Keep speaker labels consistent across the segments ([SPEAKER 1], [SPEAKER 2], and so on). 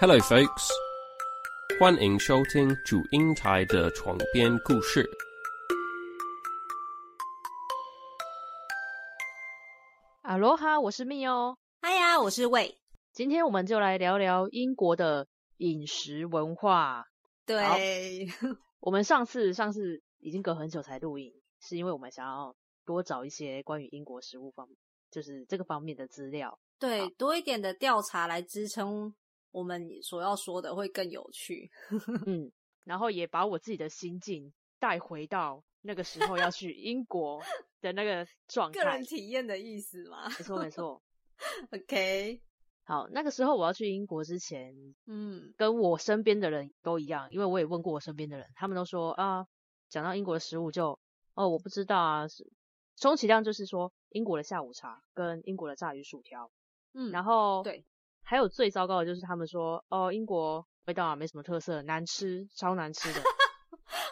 [SPEAKER 1] Hello, folks！欢迎收听主英台的床边故事。
[SPEAKER 2] 阿罗哈，我是蜜哦。
[SPEAKER 3] 嗨呀，我是魏。
[SPEAKER 2] 今天我们就来聊聊英国的饮食文化。
[SPEAKER 3] 对，
[SPEAKER 2] 我们上次上次已经隔很久才录音，是因为我们想要多找一些关于英国食物方，就是这个方面的资料。
[SPEAKER 3] 对，多一点的调查来支撑我们所要说的会更有趣。
[SPEAKER 2] 嗯，然后也把我自己的心境带回到那个时候要去英国的那个状
[SPEAKER 3] 个
[SPEAKER 2] 态
[SPEAKER 3] 人。体验的意思嘛
[SPEAKER 2] 没错没错。
[SPEAKER 3] ？OK，
[SPEAKER 2] 好，那个时候我要去英国之前，
[SPEAKER 3] 嗯，
[SPEAKER 2] 跟我身边的人都一样，因为我也问过我身边的人，他们都说啊，讲到英国的食物就哦我不知道啊，是充其量就是说英国的下午茶跟英国的炸鱼薯条，
[SPEAKER 3] 嗯
[SPEAKER 2] 然后
[SPEAKER 3] 对，
[SPEAKER 2] 还有最糟糕的就是他们说哦英国味道啊没什么特色，难吃，超难 吃的，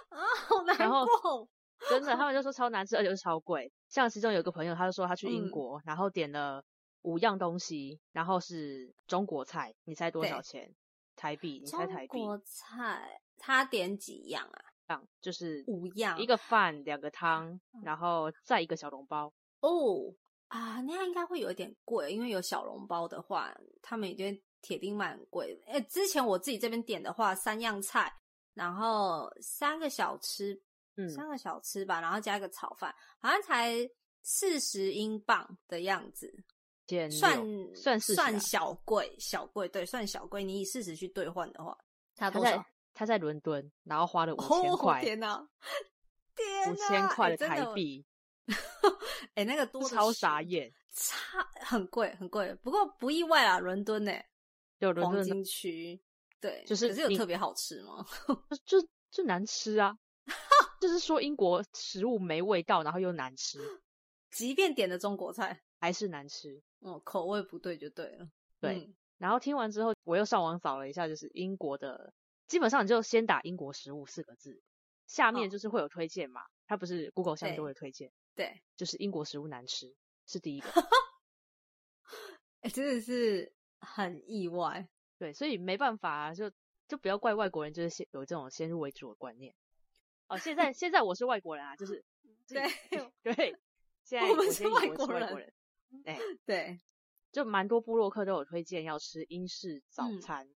[SPEAKER 3] 啊，好难
[SPEAKER 2] 然后
[SPEAKER 3] 过。
[SPEAKER 2] 真的，他们就说超难吃，而且又超贵。像其中有一个朋友，他就说他去英
[SPEAKER 3] 嗯
[SPEAKER 2] 国，然后点了五样东西，然后是中国菜，你猜多少
[SPEAKER 3] 对
[SPEAKER 2] 钱？台币，你猜台
[SPEAKER 3] 中
[SPEAKER 2] 币？
[SPEAKER 3] 国菜他点几样啊？
[SPEAKER 2] 就是
[SPEAKER 3] 五样
[SPEAKER 2] 一个饭，两个汤，
[SPEAKER 3] 嗯
[SPEAKER 2] 然后再一个小笼包。
[SPEAKER 3] 哦啊，那样应该会有一点贵，因为有小笼包的话，他们一定铁定卖很贵的。哎、之前我自己这边点的话，三样菜，然后三个小吃
[SPEAKER 2] 嗯，
[SPEAKER 3] 三个小吃吧，然后加一个炒饭，好像才四十英镑的样子，
[SPEAKER 2] 减
[SPEAKER 3] 算
[SPEAKER 2] 六算啊是
[SPEAKER 3] 算小贵，小贵对，算小贵。你以四十去兑换的话，差
[SPEAKER 2] 他
[SPEAKER 3] 多少
[SPEAKER 2] 在？他在伦敦，然后花了五千块，
[SPEAKER 3] 哦天哪，天
[SPEAKER 2] 五
[SPEAKER 3] 哪，
[SPEAKER 2] 千块
[SPEAKER 3] 哎
[SPEAKER 2] 的台，币，
[SPEAKER 3] 哎、那个多得
[SPEAKER 2] 超傻
[SPEAKER 3] 是，
[SPEAKER 2] 眼。
[SPEAKER 3] 差很贵很贵，不过不意外啦，伦敦呢、
[SPEAKER 2] 就伦
[SPEAKER 3] 黄
[SPEAKER 2] 敦
[SPEAKER 3] 金区。对，
[SPEAKER 2] 就是
[SPEAKER 3] 可是有
[SPEAKER 2] 你
[SPEAKER 3] 特别好吃吗？
[SPEAKER 2] 就就就难吃啊，就是说英国食物没味道，然后又难吃，
[SPEAKER 3] 即便点的中国菜，
[SPEAKER 2] 还是难吃。
[SPEAKER 3] 哦，口味不对就对了。
[SPEAKER 2] 对
[SPEAKER 3] 嗯
[SPEAKER 2] 然后听完之后，我又上网找了一下，就是英国的，基本上你就先打“英国食物”四个字，下面
[SPEAKER 3] 哦
[SPEAKER 2] 就是会有推荐嘛，它不是 Google 上面都
[SPEAKER 3] 对
[SPEAKER 2] 会推荐，
[SPEAKER 3] 对，
[SPEAKER 2] 就是英国食物难吃是第一个，
[SPEAKER 3] 哎、真的是很意外。
[SPEAKER 2] 对，所以没办法、啊，就就不要怪外国人，就是先有这种先入为主的观念。哦，现 在现在我是外国人啊，就是自己对，现在
[SPEAKER 3] 嗯我们
[SPEAKER 2] 先
[SPEAKER 3] 是
[SPEAKER 2] 以为
[SPEAKER 3] 外
[SPEAKER 2] 是
[SPEAKER 3] 国
[SPEAKER 2] 外国
[SPEAKER 3] 人
[SPEAKER 2] 人，哎、
[SPEAKER 3] 对，
[SPEAKER 2] 就蛮多部落客都有推荐要吃英 式早
[SPEAKER 3] 嗯
[SPEAKER 2] 餐，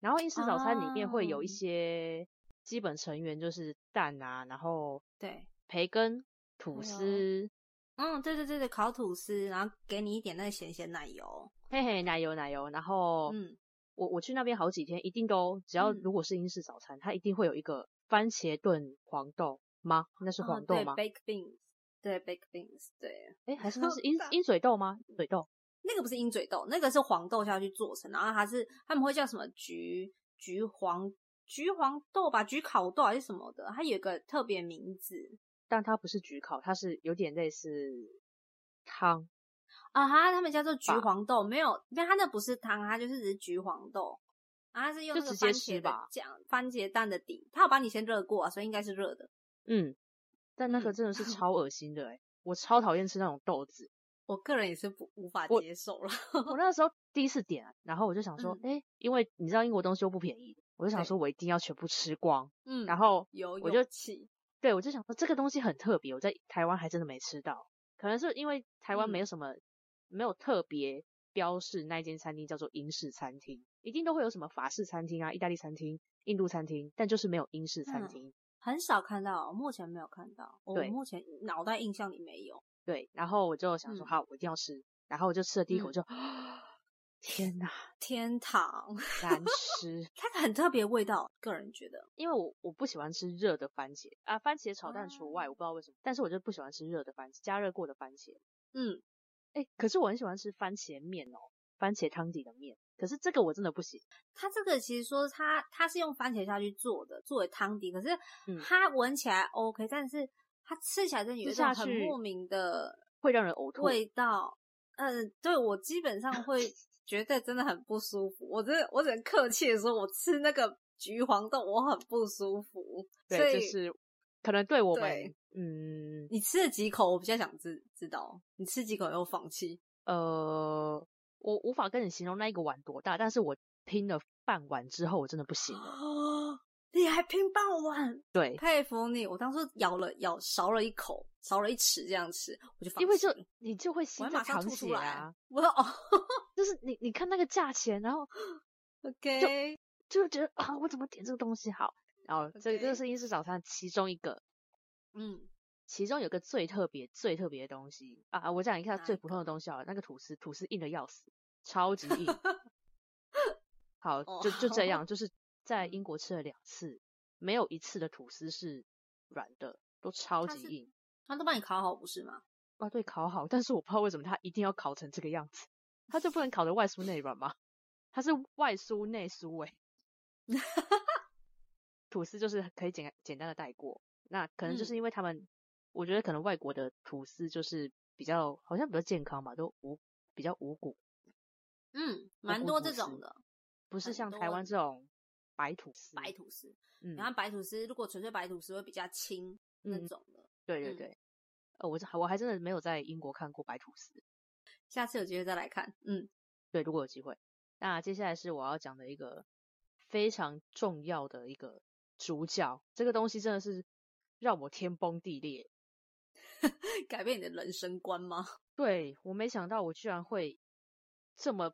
[SPEAKER 2] 然后英式早餐里面会有一
[SPEAKER 3] 哦
[SPEAKER 2] 些基本成员，就是蛋啊，然后
[SPEAKER 3] 对，
[SPEAKER 2] 培根、吐
[SPEAKER 3] 还有
[SPEAKER 2] 司，
[SPEAKER 3] 嗯，对对对对，烤吐司，然后给你一点那个咸咸奶油，
[SPEAKER 2] 嘿嘿，奶油奶油，然后、
[SPEAKER 3] 嗯，
[SPEAKER 2] 我我去那边好几天，一定都只要
[SPEAKER 3] 嗯
[SPEAKER 2] 如果是英式早餐，它一定会有一个番茄炖黄豆吗？那是黄豆
[SPEAKER 3] 嗯啊对
[SPEAKER 2] 吗？
[SPEAKER 3] ，bake beans，对，bake beans，对，
[SPEAKER 2] 哎、还是那是鹰
[SPEAKER 3] 大
[SPEAKER 2] 鹰嘴豆吗？鹰嘴豆
[SPEAKER 3] 那个不是鹰嘴豆，那个是黄豆下去做成，然后它是他们会叫什么橘橘黄橘黄豆吧，橘烤豆还是什么的，它有一个特别名字
[SPEAKER 2] 但它不是焗烤，它是有点类似汤。
[SPEAKER 3] 啊哈，他们叫做橘
[SPEAKER 2] 吧
[SPEAKER 3] 黄豆，没有，但它那不是汤，它就是只是橘黄豆。啊，它是用
[SPEAKER 2] 就
[SPEAKER 3] 那个
[SPEAKER 2] 直接
[SPEAKER 3] 番
[SPEAKER 2] 吃
[SPEAKER 3] 茄
[SPEAKER 2] 吧
[SPEAKER 3] 的酱、番茄蛋的底，它有把你先热过啊，所以应该是热的。
[SPEAKER 2] 嗯，但那个
[SPEAKER 3] 嗯
[SPEAKER 2] 真的是超恶心的哎、我超讨厌吃那种豆 子。
[SPEAKER 3] 我个人也是不无法
[SPEAKER 2] 我
[SPEAKER 3] 接受 了。
[SPEAKER 2] 我那时候第一次点，啊然后我就想说，哎、因为你知道英国东西又不便宜，我就想
[SPEAKER 3] 嗯对
[SPEAKER 2] 说我一定要全部吃光。
[SPEAKER 3] 嗯，
[SPEAKER 2] 然后
[SPEAKER 3] 有
[SPEAKER 2] 我就
[SPEAKER 3] 勇气
[SPEAKER 2] 对，我就想说这个东西很特别，我在台湾还真的没吃到，可能是因为台湾没
[SPEAKER 3] 嗯
[SPEAKER 2] 有什么、没有特别标示那一间餐厅叫做英式餐厅，一定都会有什么法式餐厅啊、意大利餐厅、印度餐厅，但就是没有英式餐
[SPEAKER 3] 嗯
[SPEAKER 2] 厅。
[SPEAKER 3] 很少看到，目前没有看到，我
[SPEAKER 2] 对
[SPEAKER 3] 目前脑袋印象里没有。
[SPEAKER 2] 对，然后我就想说，
[SPEAKER 3] 嗯
[SPEAKER 2] 好，我一定要吃，然后我就吃了第一口
[SPEAKER 3] 嗯
[SPEAKER 2] 就，天哪，
[SPEAKER 3] 天堂，
[SPEAKER 2] 难吃！
[SPEAKER 3] 它很特别味道，个人觉得
[SPEAKER 2] 因为我我不喜欢吃热的番茄啊，番茄炒蛋除
[SPEAKER 3] 啊
[SPEAKER 2] 外，我不知道为什么，但是我就不喜欢吃热的番茄，加热过的番茄。
[SPEAKER 3] 嗯，
[SPEAKER 2] 哎、可是我很喜欢吃番茄面哦，番茄汤底的面。可是这个我真的不行，
[SPEAKER 3] 它这个其实说它它是用番茄下去做的，作为汤底，可是
[SPEAKER 2] 嗯
[SPEAKER 3] 它闻起来 OK，、但是它吃起来真的有一
[SPEAKER 2] 吃下
[SPEAKER 3] 种很
[SPEAKER 2] 去
[SPEAKER 3] 莫名的
[SPEAKER 2] 会让人呕吐。
[SPEAKER 3] 味道。嗯，对我基本上会 觉得真的很不舒服。我真的，我只能客气的说，我吃那个橘黄豆我很不舒服。所
[SPEAKER 2] 对，
[SPEAKER 3] 以
[SPEAKER 2] 就是可能对我们
[SPEAKER 3] 对，
[SPEAKER 2] 嗯
[SPEAKER 3] 你吃了几口？我比较想知知道，你吃几口又放弃？
[SPEAKER 2] 呃，我无法跟你形容那一个碗多大，但是我拼了半碗之后，我真的不行了。
[SPEAKER 3] 哦，你还拼半碗，
[SPEAKER 2] 对，
[SPEAKER 3] 佩服你！我当初咬了咬少了一口，少了一匙这样吃，我就放弃
[SPEAKER 2] 因为就
[SPEAKER 3] 了
[SPEAKER 2] 你就会
[SPEAKER 3] 我
[SPEAKER 2] 心
[SPEAKER 3] 还
[SPEAKER 2] 在
[SPEAKER 3] 马上
[SPEAKER 2] 淌
[SPEAKER 3] 吐出
[SPEAKER 2] 血
[SPEAKER 3] 来
[SPEAKER 2] 啊，。
[SPEAKER 3] 我说哦
[SPEAKER 2] 就是你你看那个价钱，然后
[SPEAKER 3] ，OK，
[SPEAKER 2] 就觉得啊，我怎么点这个东西好？然后这个这
[SPEAKER 3] OK
[SPEAKER 2] 个是英式早餐其中一个，
[SPEAKER 3] 嗯，
[SPEAKER 2] 其中有个最特别最特别的东西啊啊！我讲一下
[SPEAKER 3] 哪
[SPEAKER 2] 最
[SPEAKER 3] 一
[SPEAKER 2] 普通的东西好了，那个吐司吐司硬的要死，超级 硬。好，
[SPEAKER 3] 哦
[SPEAKER 2] 就就这样，就是在
[SPEAKER 3] 嗯
[SPEAKER 2] 英国吃了两次，没有一次的吐司是软的，都超
[SPEAKER 3] 它
[SPEAKER 2] 级
[SPEAKER 3] 是
[SPEAKER 2] 硬。
[SPEAKER 3] 他都帮你烤好不是吗？
[SPEAKER 2] 啊，对，烤好，但是我不知道为什么它一定要烤成这个样子，它就不能烤的外酥内软吗？它是外酥内酥 诶、吐司就是可以简简单的带过，那可能就
[SPEAKER 3] 嗯
[SPEAKER 2] 是因为他们，我觉得可能外国的吐司就是比较好像比较健康吧，都无比较无骨，
[SPEAKER 3] 嗯，
[SPEAKER 2] 我
[SPEAKER 3] 蛮
[SPEAKER 2] 不
[SPEAKER 3] 多
[SPEAKER 2] 吐
[SPEAKER 3] 这种
[SPEAKER 2] 司
[SPEAKER 3] 的
[SPEAKER 2] 不是
[SPEAKER 3] 很
[SPEAKER 2] 像台
[SPEAKER 3] 多
[SPEAKER 2] 湾这种白吐司。
[SPEAKER 3] 白，吐司，
[SPEAKER 2] 嗯，
[SPEAKER 3] 然后白吐司如果纯粹白吐司会比较轻那
[SPEAKER 2] 嗯
[SPEAKER 3] 种的，
[SPEAKER 2] 对对
[SPEAKER 3] 嗯
[SPEAKER 2] 对，呃，我这我还真的没有在英国看过白吐司。
[SPEAKER 3] 下次有机会再来看。嗯，
[SPEAKER 2] 对，如果有机会。那接下来是我要讲的一个非常重要的一个主角，这个东西真的是让我天崩地裂。
[SPEAKER 3] 改变你的人生观吗？
[SPEAKER 2] 对我没想到，我居然会这么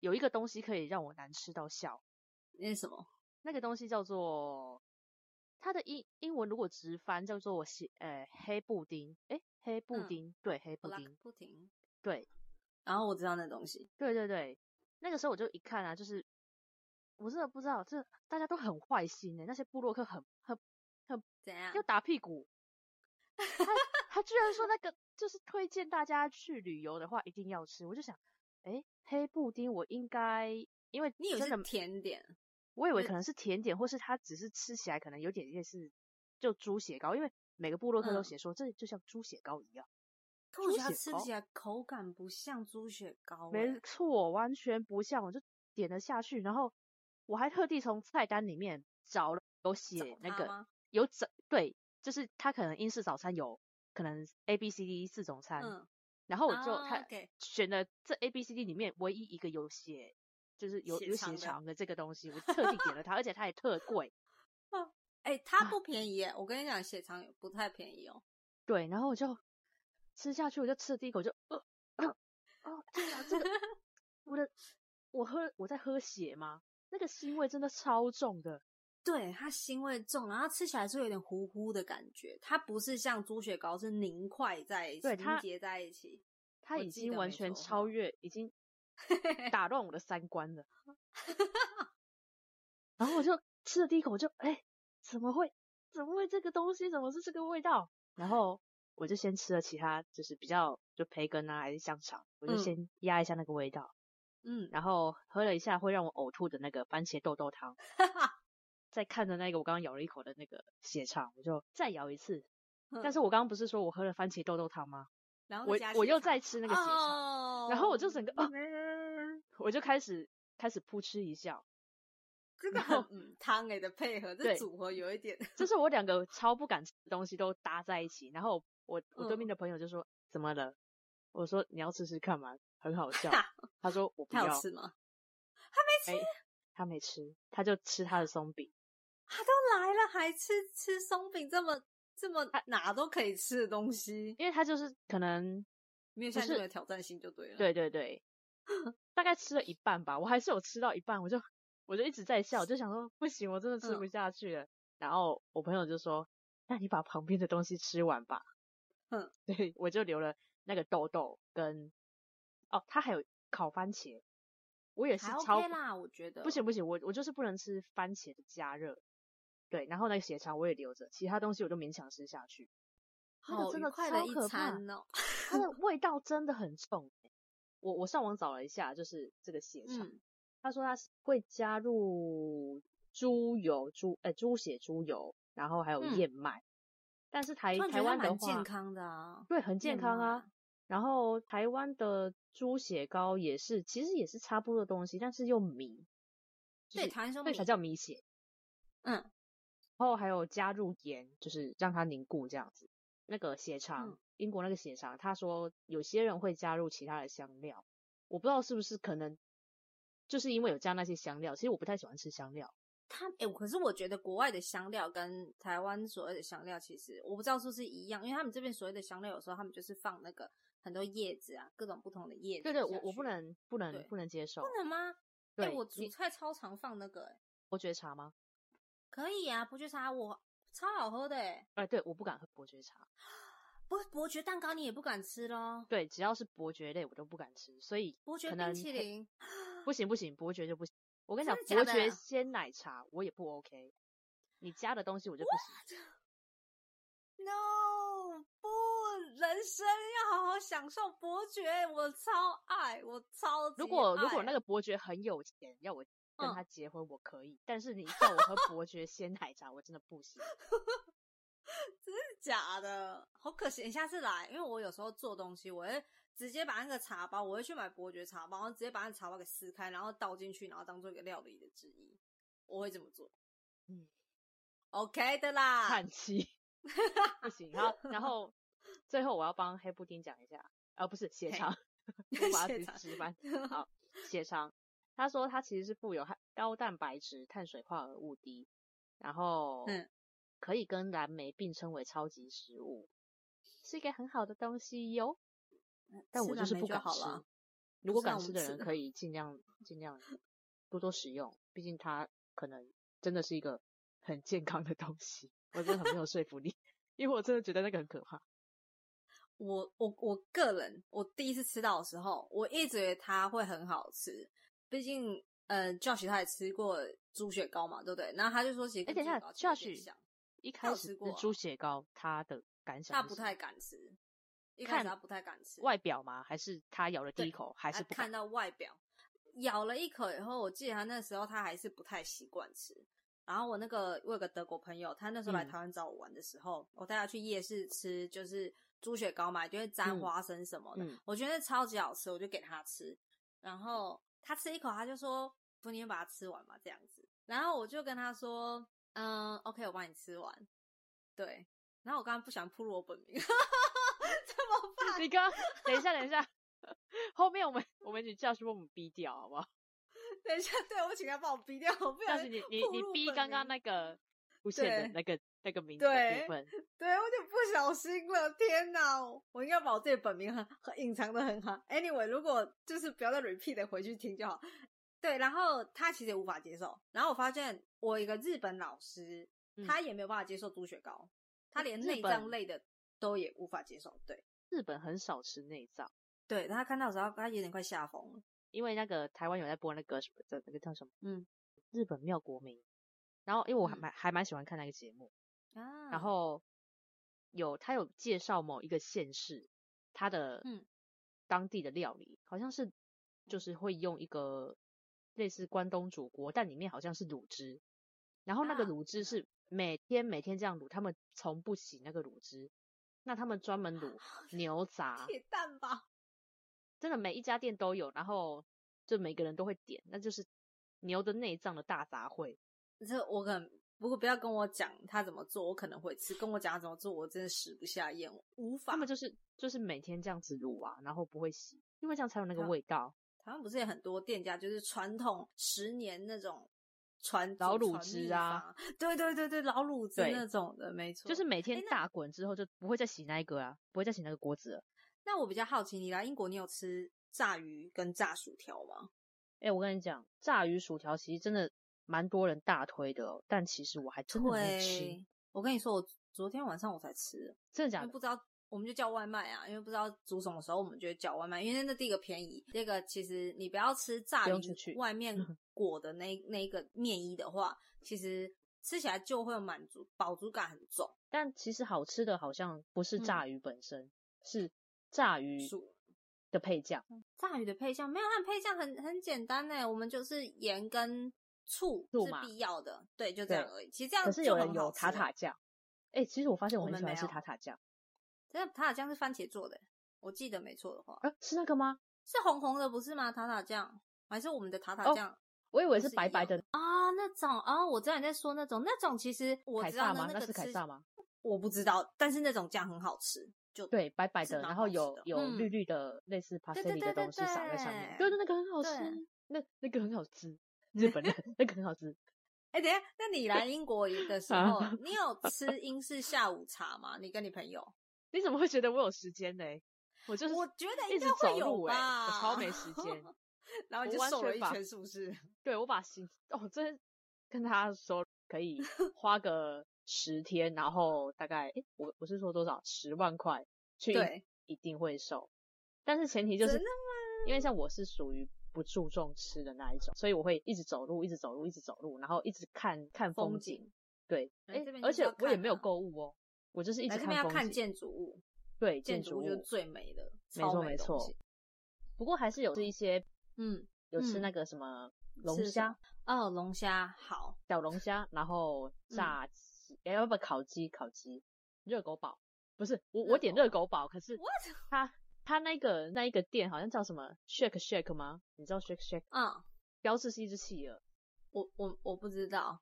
[SPEAKER 2] 有一个东西可以让我难吃到笑。
[SPEAKER 3] 那是什么？
[SPEAKER 2] 那个东西叫做它的英英文如果直翻叫做西呃黑布丁，诶，黑布
[SPEAKER 3] 嗯
[SPEAKER 2] 丁，对，黑布
[SPEAKER 3] 布拉
[SPEAKER 2] 丁，
[SPEAKER 3] 不停。
[SPEAKER 2] 对，
[SPEAKER 3] 然后我知道那东西，
[SPEAKER 2] 对对对，那个时候我就一看啊，就是我真的不知道，这大家都很坏心欸的、那些布洛克很很
[SPEAKER 3] 怎样
[SPEAKER 2] 要？打屁股。他他居然说那个就是推荐大家去旅游的话一定要吃，我就想，诶，黑布丁我应该因为
[SPEAKER 3] 你以为
[SPEAKER 2] 真
[SPEAKER 3] 是
[SPEAKER 2] 的，
[SPEAKER 3] 甜点？
[SPEAKER 2] 我以为
[SPEAKER 3] 是
[SPEAKER 2] 可能是甜点，或是它只是吃起来可能有点类似就猪血糕，因为每个布洛克都
[SPEAKER 3] 嗯
[SPEAKER 2] 写说、这就像猪血糕一样，
[SPEAKER 3] 可我觉
[SPEAKER 2] 猪
[SPEAKER 3] 得它
[SPEAKER 2] 血
[SPEAKER 3] 吃
[SPEAKER 2] 糕
[SPEAKER 3] 起来口感不像猪血糕、
[SPEAKER 2] 没
[SPEAKER 3] 欸，
[SPEAKER 2] 错，完全不像，我就点了下去，然后我还特地从菜单里面找了有写
[SPEAKER 3] 找
[SPEAKER 2] 那
[SPEAKER 3] 它
[SPEAKER 2] 个
[SPEAKER 3] 吗
[SPEAKER 2] 有整对，就是他可能英式早餐有可能 A B C D 四种餐，
[SPEAKER 3] 嗯，
[SPEAKER 2] 然后我就
[SPEAKER 3] 啊
[SPEAKER 2] 他
[SPEAKER 3] ，OK
[SPEAKER 2] 选了这 A B C D 里面唯一一个有写就是有
[SPEAKER 3] 血
[SPEAKER 2] 有
[SPEAKER 3] 肠
[SPEAKER 2] 血
[SPEAKER 3] 的
[SPEAKER 2] 肠的这个东西，我特地点了它，而且它也特贵，
[SPEAKER 3] 哎、它不便宜耶、我跟你讲，血肠也不太便宜哦。
[SPEAKER 2] 对，然后我就吃下去，我就吃了第一 口就呃呃哦天啊，这个我的我喝我在喝血吗？那个腥味真的超重的。
[SPEAKER 3] 对，它腥味重，然后吃起来是有点糊糊的感觉，它不是像猪血糕是凝块在一起，
[SPEAKER 2] 对它
[SPEAKER 3] 凝结在一起。
[SPEAKER 2] 他
[SPEAKER 3] 我
[SPEAKER 2] 已
[SPEAKER 3] 记
[SPEAKER 2] 经
[SPEAKER 3] 得
[SPEAKER 2] 完
[SPEAKER 3] 没
[SPEAKER 2] 全
[SPEAKER 3] 错
[SPEAKER 2] 超
[SPEAKER 3] 哈
[SPEAKER 2] 越，已 经打乱我的三观了。然后我就吃了第一口，我就哎、怎么会，怎么会这个东西，怎么是这个味道？然后我就先吃了其他，就是比较就培根啊还是香肠，我就
[SPEAKER 3] 嗯
[SPEAKER 2] 先压一下那个味道，
[SPEAKER 3] 嗯，，
[SPEAKER 2] 然后喝了一下会让我呕吐的那个番茄豆豆汤再看着那个我刚刚咬了一口的那个血肠，我就再咬一次。但
[SPEAKER 3] 嗯
[SPEAKER 2] 是我刚刚不是说我喝了番茄豆豆汤吗？
[SPEAKER 3] 然后再
[SPEAKER 2] 我
[SPEAKER 3] 哦加
[SPEAKER 2] 我
[SPEAKER 3] 血
[SPEAKER 2] 又
[SPEAKER 3] 肠
[SPEAKER 2] 再吃那个血肠。
[SPEAKER 3] 哦、
[SPEAKER 2] 然后我就整个啊我就开始开始扑哧一笑，
[SPEAKER 3] 这个
[SPEAKER 2] 然后
[SPEAKER 3] 很嗯汤诶的配合，
[SPEAKER 2] 对
[SPEAKER 3] 这组合有一点
[SPEAKER 2] 就是我两个超不敢吃的东西都搭在一起，然后我我对面
[SPEAKER 3] 嗯
[SPEAKER 2] 的朋友就说、怎么了？我说你要试试看嘛，很好 笑。他说我不
[SPEAKER 3] 他
[SPEAKER 2] 要，
[SPEAKER 3] 有吃吗？
[SPEAKER 2] 哎他没吃，他就吃他的松饼。
[SPEAKER 3] 他都来了还吃吃松饼这么这么哪都可以吃的东西，
[SPEAKER 2] 因为他就是可能
[SPEAKER 3] 没有
[SPEAKER 2] 不
[SPEAKER 3] 像这
[SPEAKER 2] 是
[SPEAKER 3] 么有挑战性就对了。，
[SPEAKER 2] 对对对，大概吃了一半吧，我还是有吃到一半，我就我就一直在笑，我就想说不行，我真的吃
[SPEAKER 3] 嗯
[SPEAKER 2] 不下去了。然后我朋友就说：“那你把旁边的东西吃完吧。”
[SPEAKER 3] 嗯，
[SPEAKER 2] 对，我就留了那个豆豆跟哦，他还有烤番茄，我也是
[SPEAKER 3] 还
[SPEAKER 2] 超
[SPEAKER 3] OK 啦，我觉得
[SPEAKER 2] 不行不行，我我就是不能吃番茄的加热。对，然后那个血肠我也留着，其他东西我都勉强吃下去。那个
[SPEAKER 3] 好
[SPEAKER 2] 真
[SPEAKER 3] 愉
[SPEAKER 2] 的
[SPEAKER 3] 快的
[SPEAKER 2] 超
[SPEAKER 3] 一
[SPEAKER 2] 可怕
[SPEAKER 3] 餐哦。
[SPEAKER 2] 它 的味道真的很重欸、我我上网找了一下，就是这个血肠，
[SPEAKER 3] 嗯，
[SPEAKER 2] 他说他是会加入猪油、猪呃猪血、猪油，然后还有
[SPEAKER 3] 嗯
[SPEAKER 2] 燕麦。但是台
[SPEAKER 3] 突然觉
[SPEAKER 2] 哎台
[SPEAKER 3] 得它
[SPEAKER 2] 湾的
[SPEAKER 3] 蛮
[SPEAKER 2] 话，
[SPEAKER 3] 健康的啊，
[SPEAKER 2] 对，很健
[SPEAKER 3] 燕
[SPEAKER 2] 康啊
[SPEAKER 3] 麦。
[SPEAKER 2] 然后台湾的猪血糕也是，其实也是差不多的东西，但是用米，就
[SPEAKER 3] 对，
[SPEAKER 2] 是
[SPEAKER 3] 台湾说
[SPEAKER 2] 对
[SPEAKER 3] 米
[SPEAKER 2] 才叫米血。
[SPEAKER 3] 嗯
[SPEAKER 2] 然后还有加入盐，就是让它凝固这样子。那个血肠，
[SPEAKER 3] 嗯
[SPEAKER 2] 英国那个血肠，他说有些人会加入其他的香料，我不知道是不是可能就是因为有加那些香料。其实我不太喜欢吃香料，
[SPEAKER 3] 它哎、可是我觉得国外的香料跟台湾所谓的香料，其实我不知道是不是一样，因为他们这边所谓的香料，有时候他们就是放那个很多叶子啊，各种不同的叶子
[SPEAKER 2] 对
[SPEAKER 3] 下去。
[SPEAKER 2] 对，我我不能不
[SPEAKER 3] 对
[SPEAKER 2] 能不能接受
[SPEAKER 3] 不。能吗？哎、
[SPEAKER 2] 对，
[SPEAKER 3] 我煮菜超常放那个、哎，
[SPEAKER 2] 伯爵茶吗？
[SPEAKER 3] 可以啊，伯爵茶我超好喝的、哎，
[SPEAKER 2] 哎、对，我不敢喝伯爵茶。
[SPEAKER 3] 不伯爵蛋糕你也不敢吃咯，
[SPEAKER 2] 对，只要是伯爵类我都不敢吃，所以
[SPEAKER 3] 伯爵
[SPEAKER 2] 可能
[SPEAKER 3] 冰淇
[SPEAKER 2] 黑
[SPEAKER 3] 淋，
[SPEAKER 2] 不行不行，伯爵就不行。我跟你讲
[SPEAKER 3] 真，
[SPEAKER 2] 伯
[SPEAKER 3] 的假
[SPEAKER 2] 爵
[SPEAKER 3] 的
[SPEAKER 2] 鲜奶茶我也不 OK，你加的东西我就不行。
[SPEAKER 3] No，不，人生要好好享受伯爵，我超爱，我超级
[SPEAKER 2] 如果如果
[SPEAKER 3] 爱啊
[SPEAKER 2] 那个伯爵很有钱，要我跟
[SPEAKER 3] 嗯
[SPEAKER 2] 他结婚，我可以。但是你叫我喝伯爵鲜奶茶，我真的不行。
[SPEAKER 3] 假的，好可惜。你下次来，因为我有时候做东西，我会直接把那个茶包，我会去买伯爵茶包，然后直接把那茶包给撕开，然后倒进去，然后当做一个料理的之一。我会这么做。
[SPEAKER 2] 嗯
[SPEAKER 3] ，OK 的啦
[SPEAKER 2] 叹。气，不行。然后然后最后我要帮黑布丁讲一下，啊不是血
[SPEAKER 3] 嘿
[SPEAKER 2] 肠，我把它
[SPEAKER 3] 血
[SPEAKER 2] 直
[SPEAKER 3] 肠
[SPEAKER 2] 直翻。好，血肠，他说它其实是富有含高蛋白质、碳水化合物低，然后
[SPEAKER 3] 嗯
[SPEAKER 2] 可以跟蓝莓并称为超级食物，是一个很好的东西哟。但我
[SPEAKER 3] 吃
[SPEAKER 2] 就是
[SPEAKER 3] 蓝莓
[SPEAKER 2] 不敢
[SPEAKER 3] 好
[SPEAKER 2] 吃
[SPEAKER 3] 了。
[SPEAKER 2] 如果
[SPEAKER 3] 不是啊
[SPEAKER 2] 敢
[SPEAKER 3] 我
[SPEAKER 2] 吃的
[SPEAKER 3] 们吃
[SPEAKER 2] 人，
[SPEAKER 3] 的
[SPEAKER 2] 可以尽量尽量多多食用，毕竟它可能真的是一个很健康的东西。我真的很没有说服力， 因为我真的觉得那个很可怕。
[SPEAKER 3] 我我我个人，我第一次吃到的时候，我一直以为它会很好吃，毕竟呃，Josh 他也吃过猪血糕嘛，对不对？然后他就说，其实
[SPEAKER 2] 哎，
[SPEAKER 3] 跟
[SPEAKER 2] 等一下
[SPEAKER 3] 猪血糕其实有点
[SPEAKER 2] ，Josh
[SPEAKER 3] 像
[SPEAKER 2] 一
[SPEAKER 3] 他有
[SPEAKER 2] 开
[SPEAKER 3] 吃
[SPEAKER 2] 始
[SPEAKER 3] 过
[SPEAKER 2] 是
[SPEAKER 3] 啊
[SPEAKER 2] 猪血糕，他的感想
[SPEAKER 3] 他
[SPEAKER 2] 是
[SPEAKER 3] 不
[SPEAKER 2] 什
[SPEAKER 3] 太
[SPEAKER 2] 么
[SPEAKER 3] 敢吃，一开始
[SPEAKER 2] 看
[SPEAKER 3] 他不太敢吃，
[SPEAKER 2] 外表吗？还是他咬了第
[SPEAKER 3] 对哎
[SPEAKER 2] 一口还
[SPEAKER 3] 他
[SPEAKER 2] 是不
[SPEAKER 3] 看
[SPEAKER 2] 敢？
[SPEAKER 3] 到外表，咬了一口以后，我记得他那时候他还是不太习惯吃。然后我那个我有个德国朋友，他那时候来
[SPEAKER 2] 嗯
[SPEAKER 3] 台湾找我玩的时候，我带他去夜市吃，就是猪血糕嘛，就会沾
[SPEAKER 2] 嗯
[SPEAKER 3] 花生什么的，
[SPEAKER 2] 嗯
[SPEAKER 3] 我觉得超级好吃，我就给他吃。然后他吃一口，他就说：“不，你先把它吃完嘛，这样子。”然后我就跟他说：“嗯，OK，我帮你吃完。”对。然后我刚刚不想铺露我本名， 怎么办？
[SPEAKER 2] 你刚刚等一下，等一下， 后面我们我们请教师帮我们逼掉好不好？
[SPEAKER 3] 等一下，对我请他帮我逼掉，我不
[SPEAKER 2] 教
[SPEAKER 3] 小
[SPEAKER 2] 师
[SPEAKER 3] 心
[SPEAKER 2] 你你
[SPEAKER 3] 暴
[SPEAKER 2] 你
[SPEAKER 3] 露
[SPEAKER 2] 逼
[SPEAKER 3] 本
[SPEAKER 2] 刚刚
[SPEAKER 3] 名
[SPEAKER 2] 那个出现的
[SPEAKER 3] 对
[SPEAKER 2] 那个那个名字的
[SPEAKER 3] 对
[SPEAKER 2] 部分，
[SPEAKER 3] 对我就不小心了，天哪！哦我应该把我自己的本名很很隐藏的很好。Anyway，如果就是不要再 repeat 的回去听就好。对，然后他其实也无法接受。然后我发现我一个日本老师，
[SPEAKER 2] 嗯
[SPEAKER 3] 他也没有办法接受猪血糕，他连
[SPEAKER 2] 日
[SPEAKER 3] 内脏
[SPEAKER 2] 本
[SPEAKER 3] 类的都也无法接受。对，
[SPEAKER 2] 日本很少吃内脏。
[SPEAKER 3] 对，他看到的时候，他有点快吓疯了。
[SPEAKER 2] 因为那个台湾有在播那个什么的，那个叫什么？
[SPEAKER 3] 嗯，
[SPEAKER 2] 日本妙国民。然后因为我还
[SPEAKER 3] 嗯
[SPEAKER 2] 蛮、还蛮喜欢看那个节目，
[SPEAKER 3] 啊
[SPEAKER 2] 然后有他有介绍某一个县市，它的
[SPEAKER 3] 嗯
[SPEAKER 2] 当地的料理，好像是就是会用一个类似关东煮锅，但里面好像是卤汁，然后那个
[SPEAKER 3] 啊
[SPEAKER 2] 卤汁是每天每天这样卤，他们从不洗那个卤汁，那他们专门 卤牛杂，
[SPEAKER 3] 铁蛋吧，
[SPEAKER 2] 真的每一家店都有，然后就每个人都会点，那就是牛的内脏的大杂烩。
[SPEAKER 3] 这我可能如果不要跟我讲他怎么做，我可能会吃；跟我讲他怎么做，我真的食不下咽，我无法
[SPEAKER 2] 他们就是就是每天这样子卤啊，然后不会洗，因为这样才有那个
[SPEAKER 3] 它
[SPEAKER 2] 味道。
[SPEAKER 3] 台湾不是也很多店家就是传统十年那种传
[SPEAKER 2] 老
[SPEAKER 3] 祖
[SPEAKER 2] 卤
[SPEAKER 3] 传
[SPEAKER 2] 汁
[SPEAKER 3] 秘
[SPEAKER 2] 啊
[SPEAKER 3] 方， 对对对对，老卤汁
[SPEAKER 2] 对
[SPEAKER 3] 那种的，没错。
[SPEAKER 2] 就是每
[SPEAKER 3] 诶
[SPEAKER 2] 天
[SPEAKER 3] 那
[SPEAKER 2] 大滚之后就不会再洗那一个啊，不会再洗那个锅子了。
[SPEAKER 3] 那我比较好奇，你来英国你有吃炸鱼跟炸薯条吗？
[SPEAKER 2] 哎、我跟你讲，炸鱼薯条其实真的蛮多人大推的、哦，但其实我还真的没吃
[SPEAKER 3] 对，，我跟你说，我昨天晚上我才吃，
[SPEAKER 2] 真的
[SPEAKER 3] 因
[SPEAKER 2] 假
[SPEAKER 3] 为
[SPEAKER 2] 的？
[SPEAKER 3] 不知道。我们就叫外卖啊，因为不知道煮什么时候，我们就会叫外卖。因为那第一个便宜，第二个其实你不要吃炸
[SPEAKER 2] 不用出
[SPEAKER 3] 鱼
[SPEAKER 2] 去
[SPEAKER 3] 外面裹的那那一个面衣的话，其实吃起来就会有满足饱足感很重。
[SPEAKER 2] 但其实好吃的好像不是
[SPEAKER 3] 嗯
[SPEAKER 2] 炸鱼本身，是炸鱼
[SPEAKER 3] 薯
[SPEAKER 2] 的配酱。
[SPEAKER 3] 炸鱼的配酱没有，它的配酱很很简单呢，我们就是盐跟醋
[SPEAKER 2] 醋
[SPEAKER 3] 是
[SPEAKER 2] 嘛
[SPEAKER 3] 必要的，对，就这样而已。其实这样
[SPEAKER 2] 可是有
[SPEAKER 3] 就
[SPEAKER 2] 人
[SPEAKER 3] 很
[SPEAKER 2] 有
[SPEAKER 3] 好
[SPEAKER 2] 塔
[SPEAKER 3] 吃了
[SPEAKER 2] 塔，酱。哎、其实我发现
[SPEAKER 3] 我
[SPEAKER 2] 我很
[SPEAKER 3] 们
[SPEAKER 2] 喜欢
[SPEAKER 3] 没
[SPEAKER 2] 吃
[SPEAKER 3] 有
[SPEAKER 2] 塔塔酱。
[SPEAKER 3] 这塔塔酱是番茄做的，我记得没错的话，
[SPEAKER 2] 啊，是那个吗？
[SPEAKER 3] 是红红的不是吗？塔塔酱还是我们的塔塔
[SPEAKER 2] 哦
[SPEAKER 3] 酱
[SPEAKER 2] 我以为
[SPEAKER 3] 不
[SPEAKER 2] 是
[SPEAKER 3] 是
[SPEAKER 2] 白
[SPEAKER 3] 一
[SPEAKER 2] 白
[SPEAKER 3] 样
[SPEAKER 2] 的
[SPEAKER 3] 啊、那种哦，我知道你在说那种，那种其实我
[SPEAKER 2] 凯
[SPEAKER 3] 知道
[SPEAKER 2] 撒
[SPEAKER 3] 呢
[SPEAKER 2] 吗？，
[SPEAKER 3] 那个
[SPEAKER 2] 是凯
[SPEAKER 3] 吃
[SPEAKER 2] 撒吗？
[SPEAKER 3] 我不知道，但是那种酱很好吃，就
[SPEAKER 2] 对，白白
[SPEAKER 3] 是
[SPEAKER 2] 的，
[SPEAKER 3] 蛮
[SPEAKER 2] 然
[SPEAKER 3] 好
[SPEAKER 2] 后
[SPEAKER 3] 吃
[SPEAKER 2] 有
[SPEAKER 3] 的
[SPEAKER 2] 有
[SPEAKER 3] 嗯
[SPEAKER 2] 绿绿的类似 p a s
[SPEAKER 3] 对
[SPEAKER 2] t
[SPEAKER 3] 对
[SPEAKER 2] e 的
[SPEAKER 3] 对对
[SPEAKER 2] 东西撒在上面，
[SPEAKER 3] 对
[SPEAKER 2] 对对，那个很好
[SPEAKER 3] 对
[SPEAKER 2] 吃。那那个很好吃，日本的那个很好吃。
[SPEAKER 3] 哎、等一下，那你来英国的时候
[SPEAKER 2] 啊，
[SPEAKER 3] 你有吃英式下午茶吗？你跟你朋 友？
[SPEAKER 2] 你怎么会觉得我有时间呢？我就是
[SPEAKER 3] 我觉得
[SPEAKER 2] 一
[SPEAKER 3] 应
[SPEAKER 2] 直
[SPEAKER 3] 该
[SPEAKER 2] 走
[SPEAKER 3] 会有
[SPEAKER 2] 路哎、
[SPEAKER 3] 吧，
[SPEAKER 2] 我超没时 间。
[SPEAKER 3] 然后你就
[SPEAKER 2] 我完全
[SPEAKER 3] 瘦了一
[SPEAKER 2] 把
[SPEAKER 3] 圈，是不是？
[SPEAKER 2] 对我把行哦，真跟他说可以花个十天，然后大概诶我我是说多少十万块去
[SPEAKER 3] 对
[SPEAKER 2] 一定会瘦，但是前提就是
[SPEAKER 3] 真的吗
[SPEAKER 2] 因为像我是属于不注重吃的那一种，所以我会一直走路，一直走路，一直走路，然后一直看看
[SPEAKER 3] 风
[SPEAKER 2] 风景。
[SPEAKER 3] 景
[SPEAKER 2] 对，
[SPEAKER 3] 来
[SPEAKER 2] 诶
[SPEAKER 3] 这边
[SPEAKER 2] 哎而
[SPEAKER 3] 就是
[SPEAKER 2] 且
[SPEAKER 3] 要
[SPEAKER 2] 我也
[SPEAKER 3] 看
[SPEAKER 2] 没有
[SPEAKER 3] 啊
[SPEAKER 2] 购物哦，我就是一直
[SPEAKER 3] 来这
[SPEAKER 2] 看
[SPEAKER 3] 边要
[SPEAKER 2] 风
[SPEAKER 3] 看
[SPEAKER 2] 景。
[SPEAKER 3] 建筑物，
[SPEAKER 2] 对，
[SPEAKER 3] 建
[SPEAKER 2] 筑
[SPEAKER 3] 物就是最美的，
[SPEAKER 2] 没
[SPEAKER 3] 超
[SPEAKER 2] 错
[SPEAKER 3] 美
[SPEAKER 2] 没
[SPEAKER 3] 的东
[SPEAKER 2] 错
[SPEAKER 3] 西。
[SPEAKER 2] 不过还是有吃一些
[SPEAKER 3] 嗯，
[SPEAKER 2] 有吃
[SPEAKER 3] 嗯
[SPEAKER 2] 那个什么龙
[SPEAKER 3] 吃什
[SPEAKER 2] 虾，
[SPEAKER 3] 么哦，龙虾好，
[SPEAKER 2] 小龙虾，然后
[SPEAKER 3] 嗯
[SPEAKER 2] 炸鸡，哎、要不烤鸡，烤鸡，热狗堡，不是我我点
[SPEAKER 3] 热
[SPEAKER 2] 热狗堡，可是
[SPEAKER 3] What？
[SPEAKER 2] 他他那个那一个店好像叫什么 Shake Shake 吗？你知道 Shake Shake
[SPEAKER 3] 嗯，
[SPEAKER 2] 标志是一只企鹅，
[SPEAKER 3] 我我我不知道，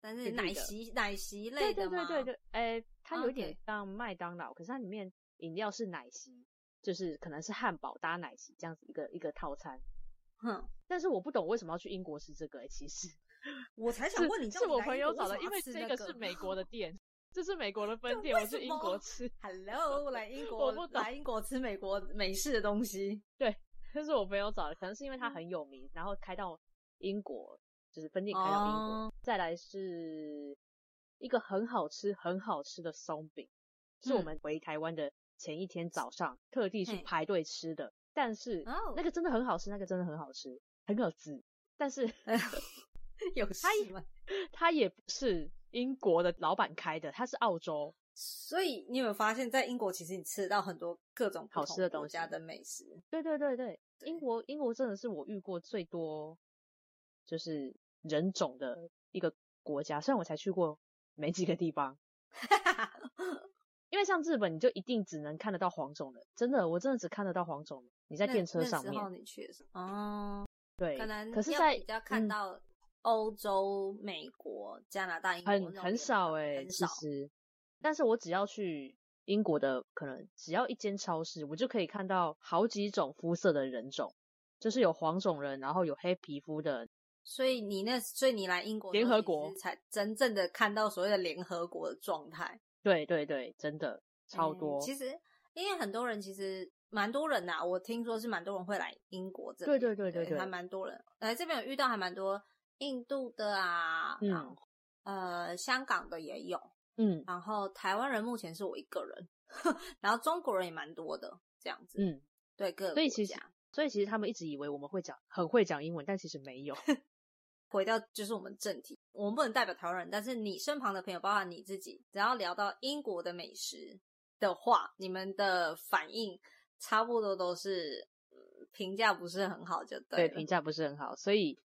[SPEAKER 3] 但是
[SPEAKER 2] 绿绿
[SPEAKER 3] 奶
[SPEAKER 2] 的
[SPEAKER 3] 昔奶昔
[SPEAKER 2] 对
[SPEAKER 3] 类
[SPEAKER 2] 对
[SPEAKER 3] 的
[SPEAKER 2] 对
[SPEAKER 3] 吗？
[SPEAKER 2] 对对，哎、它有
[SPEAKER 3] OK
[SPEAKER 2] 点像麦当劳，可是它里面饮料是奶昔，就是可能是汉堡搭奶昔这样子一个一个套餐。
[SPEAKER 3] 哼，
[SPEAKER 2] 但是我不懂为什么要去英国吃这个、哎，其实
[SPEAKER 3] 我才想
[SPEAKER 2] 是
[SPEAKER 3] 问你，
[SPEAKER 2] 是我朋友找的，
[SPEAKER 3] 的，
[SPEAKER 2] 因为这个是美国的店，这是美国的分
[SPEAKER 3] 对
[SPEAKER 2] 店，
[SPEAKER 3] 为
[SPEAKER 2] 我去
[SPEAKER 3] 什
[SPEAKER 2] 英国
[SPEAKER 3] 么
[SPEAKER 2] 吃。
[SPEAKER 3] Hello，来英
[SPEAKER 2] 我
[SPEAKER 3] 国
[SPEAKER 2] 不，懂
[SPEAKER 3] 来英国吃美国美式的东西，
[SPEAKER 2] 这是我朋友找的，可能是因为
[SPEAKER 3] 嗯
[SPEAKER 2] 它很有名，然后开到英国，就是分店开到英国。
[SPEAKER 3] 哦
[SPEAKER 2] 再来是一个很好吃、很好吃的松饼，是我
[SPEAKER 3] 嗯
[SPEAKER 2] 们回台湾的前一天早上特地去
[SPEAKER 3] 嘿
[SPEAKER 2] 排队吃的。但是、
[SPEAKER 3] 哦
[SPEAKER 2] 那个真的很好吃，那个真的很好吃，很有滋。但是
[SPEAKER 3] 有事吗？
[SPEAKER 2] 它也不是英国的老板开的，它是澳洲。
[SPEAKER 3] 所以你有没有发现，在英国其实你吃得到很多各种不
[SPEAKER 2] 好吃的
[SPEAKER 3] 同
[SPEAKER 2] 东西
[SPEAKER 3] 国家的美食，
[SPEAKER 2] 对对对对，英
[SPEAKER 3] 对
[SPEAKER 2] 国英国真的是我遇过最多就是人种
[SPEAKER 3] 嗯
[SPEAKER 2] 的一个国家，虽然我才去过没几个地 方，因为像日本你就一定只能看得到黄种人，真的我真的只看得到黄种人。你在
[SPEAKER 3] 那
[SPEAKER 2] 电车
[SPEAKER 3] 那
[SPEAKER 2] 上
[SPEAKER 3] 时候
[SPEAKER 2] 面，
[SPEAKER 3] 你去的时候哦，
[SPEAKER 2] 对，
[SPEAKER 3] 可能
[SPEAKER 2] 可是
[SPEAKER 3] 要
[SPEAKER 2] 在
[SPEAKER 3] 比较看、
[SPEAKER 2] 嗯
[SPEAKER 3] 到欧洲、美国、加拿大、英国那
[SPEAKER 2] 很
[SPEAKER 3] 种
[SPEAKER 2] 很
[SPEAKER 3] 地
[SPEAKER 2] 少
[SPEAKER 3] 方
[SPEAKER 2] 哎、
[SPEAKER 3] 很
[SPEAKER 2] 其
[SPEAKER 3] 少。
[SPEAKER 2] 实，但是我只要去。英国的可能只要一间超市，我就可以看到好几种肤色的人种，就是有黄种人，然后有黑皮肤的，
[SPEAKER 3] 所以你那，所以你来英国的
[SPEAKER 2] 联
[SPEAKER 3] 时候
[SPEAKER 2] 合
[SPEAKER 3] 其实
[SPEAKER 2] 国
[SPEAKER 3] 才真正的看到所谓的联合国的状态，
[SPEAKER 2] 对对对，真的超
[SPEAKER 3] 嗯
[SPEAKER 2] 多。
[SPEAKER 3] 其实因为很多人其实。蛮多人呐、我听说是蛮多人会来英国这
[SPEAKER 2] 对
[SPEAKER 3] 边，
[SPEAKER 2] 对对对
[SPEAKER 3] 对
[SPEAKER 2] 对
[SPEAKER 3] 还蛮多人来这边有遇到还蛮多印度的啊，
[SPEAKER 2] 嗯
[SPEAKER 3] 然后呃香港的也有，
[SPEAKER 2] 嗯
[SPEAKER 3] 然后台湾人目前是我一个人， 然后中国人也蛮多的，这样子。，
[SPEAKER 2] 嗯，
[SPEAKER 3] 对，各个
[SPEAKER 2] 所以
[SPEAKER 3] 国
[SPEAKER 2] 其实
[SPEAKER 3] 家
[SPEAKER 2] 所以其实他们一直以为我们会讲很会讲英文，但其实没有。
[SPEAKER 3] 回到就是我们正题，我们不能代表台湾人，但是你身旁的朋友，包含你自己，只要聊到英国的美食的话，你们的反应差不多都是、嗯评价不是很好，就
[SPEAKER 2] 对，
[SPEAKER 3] 了。
[SPEAKER 2] 评价不是很好。所以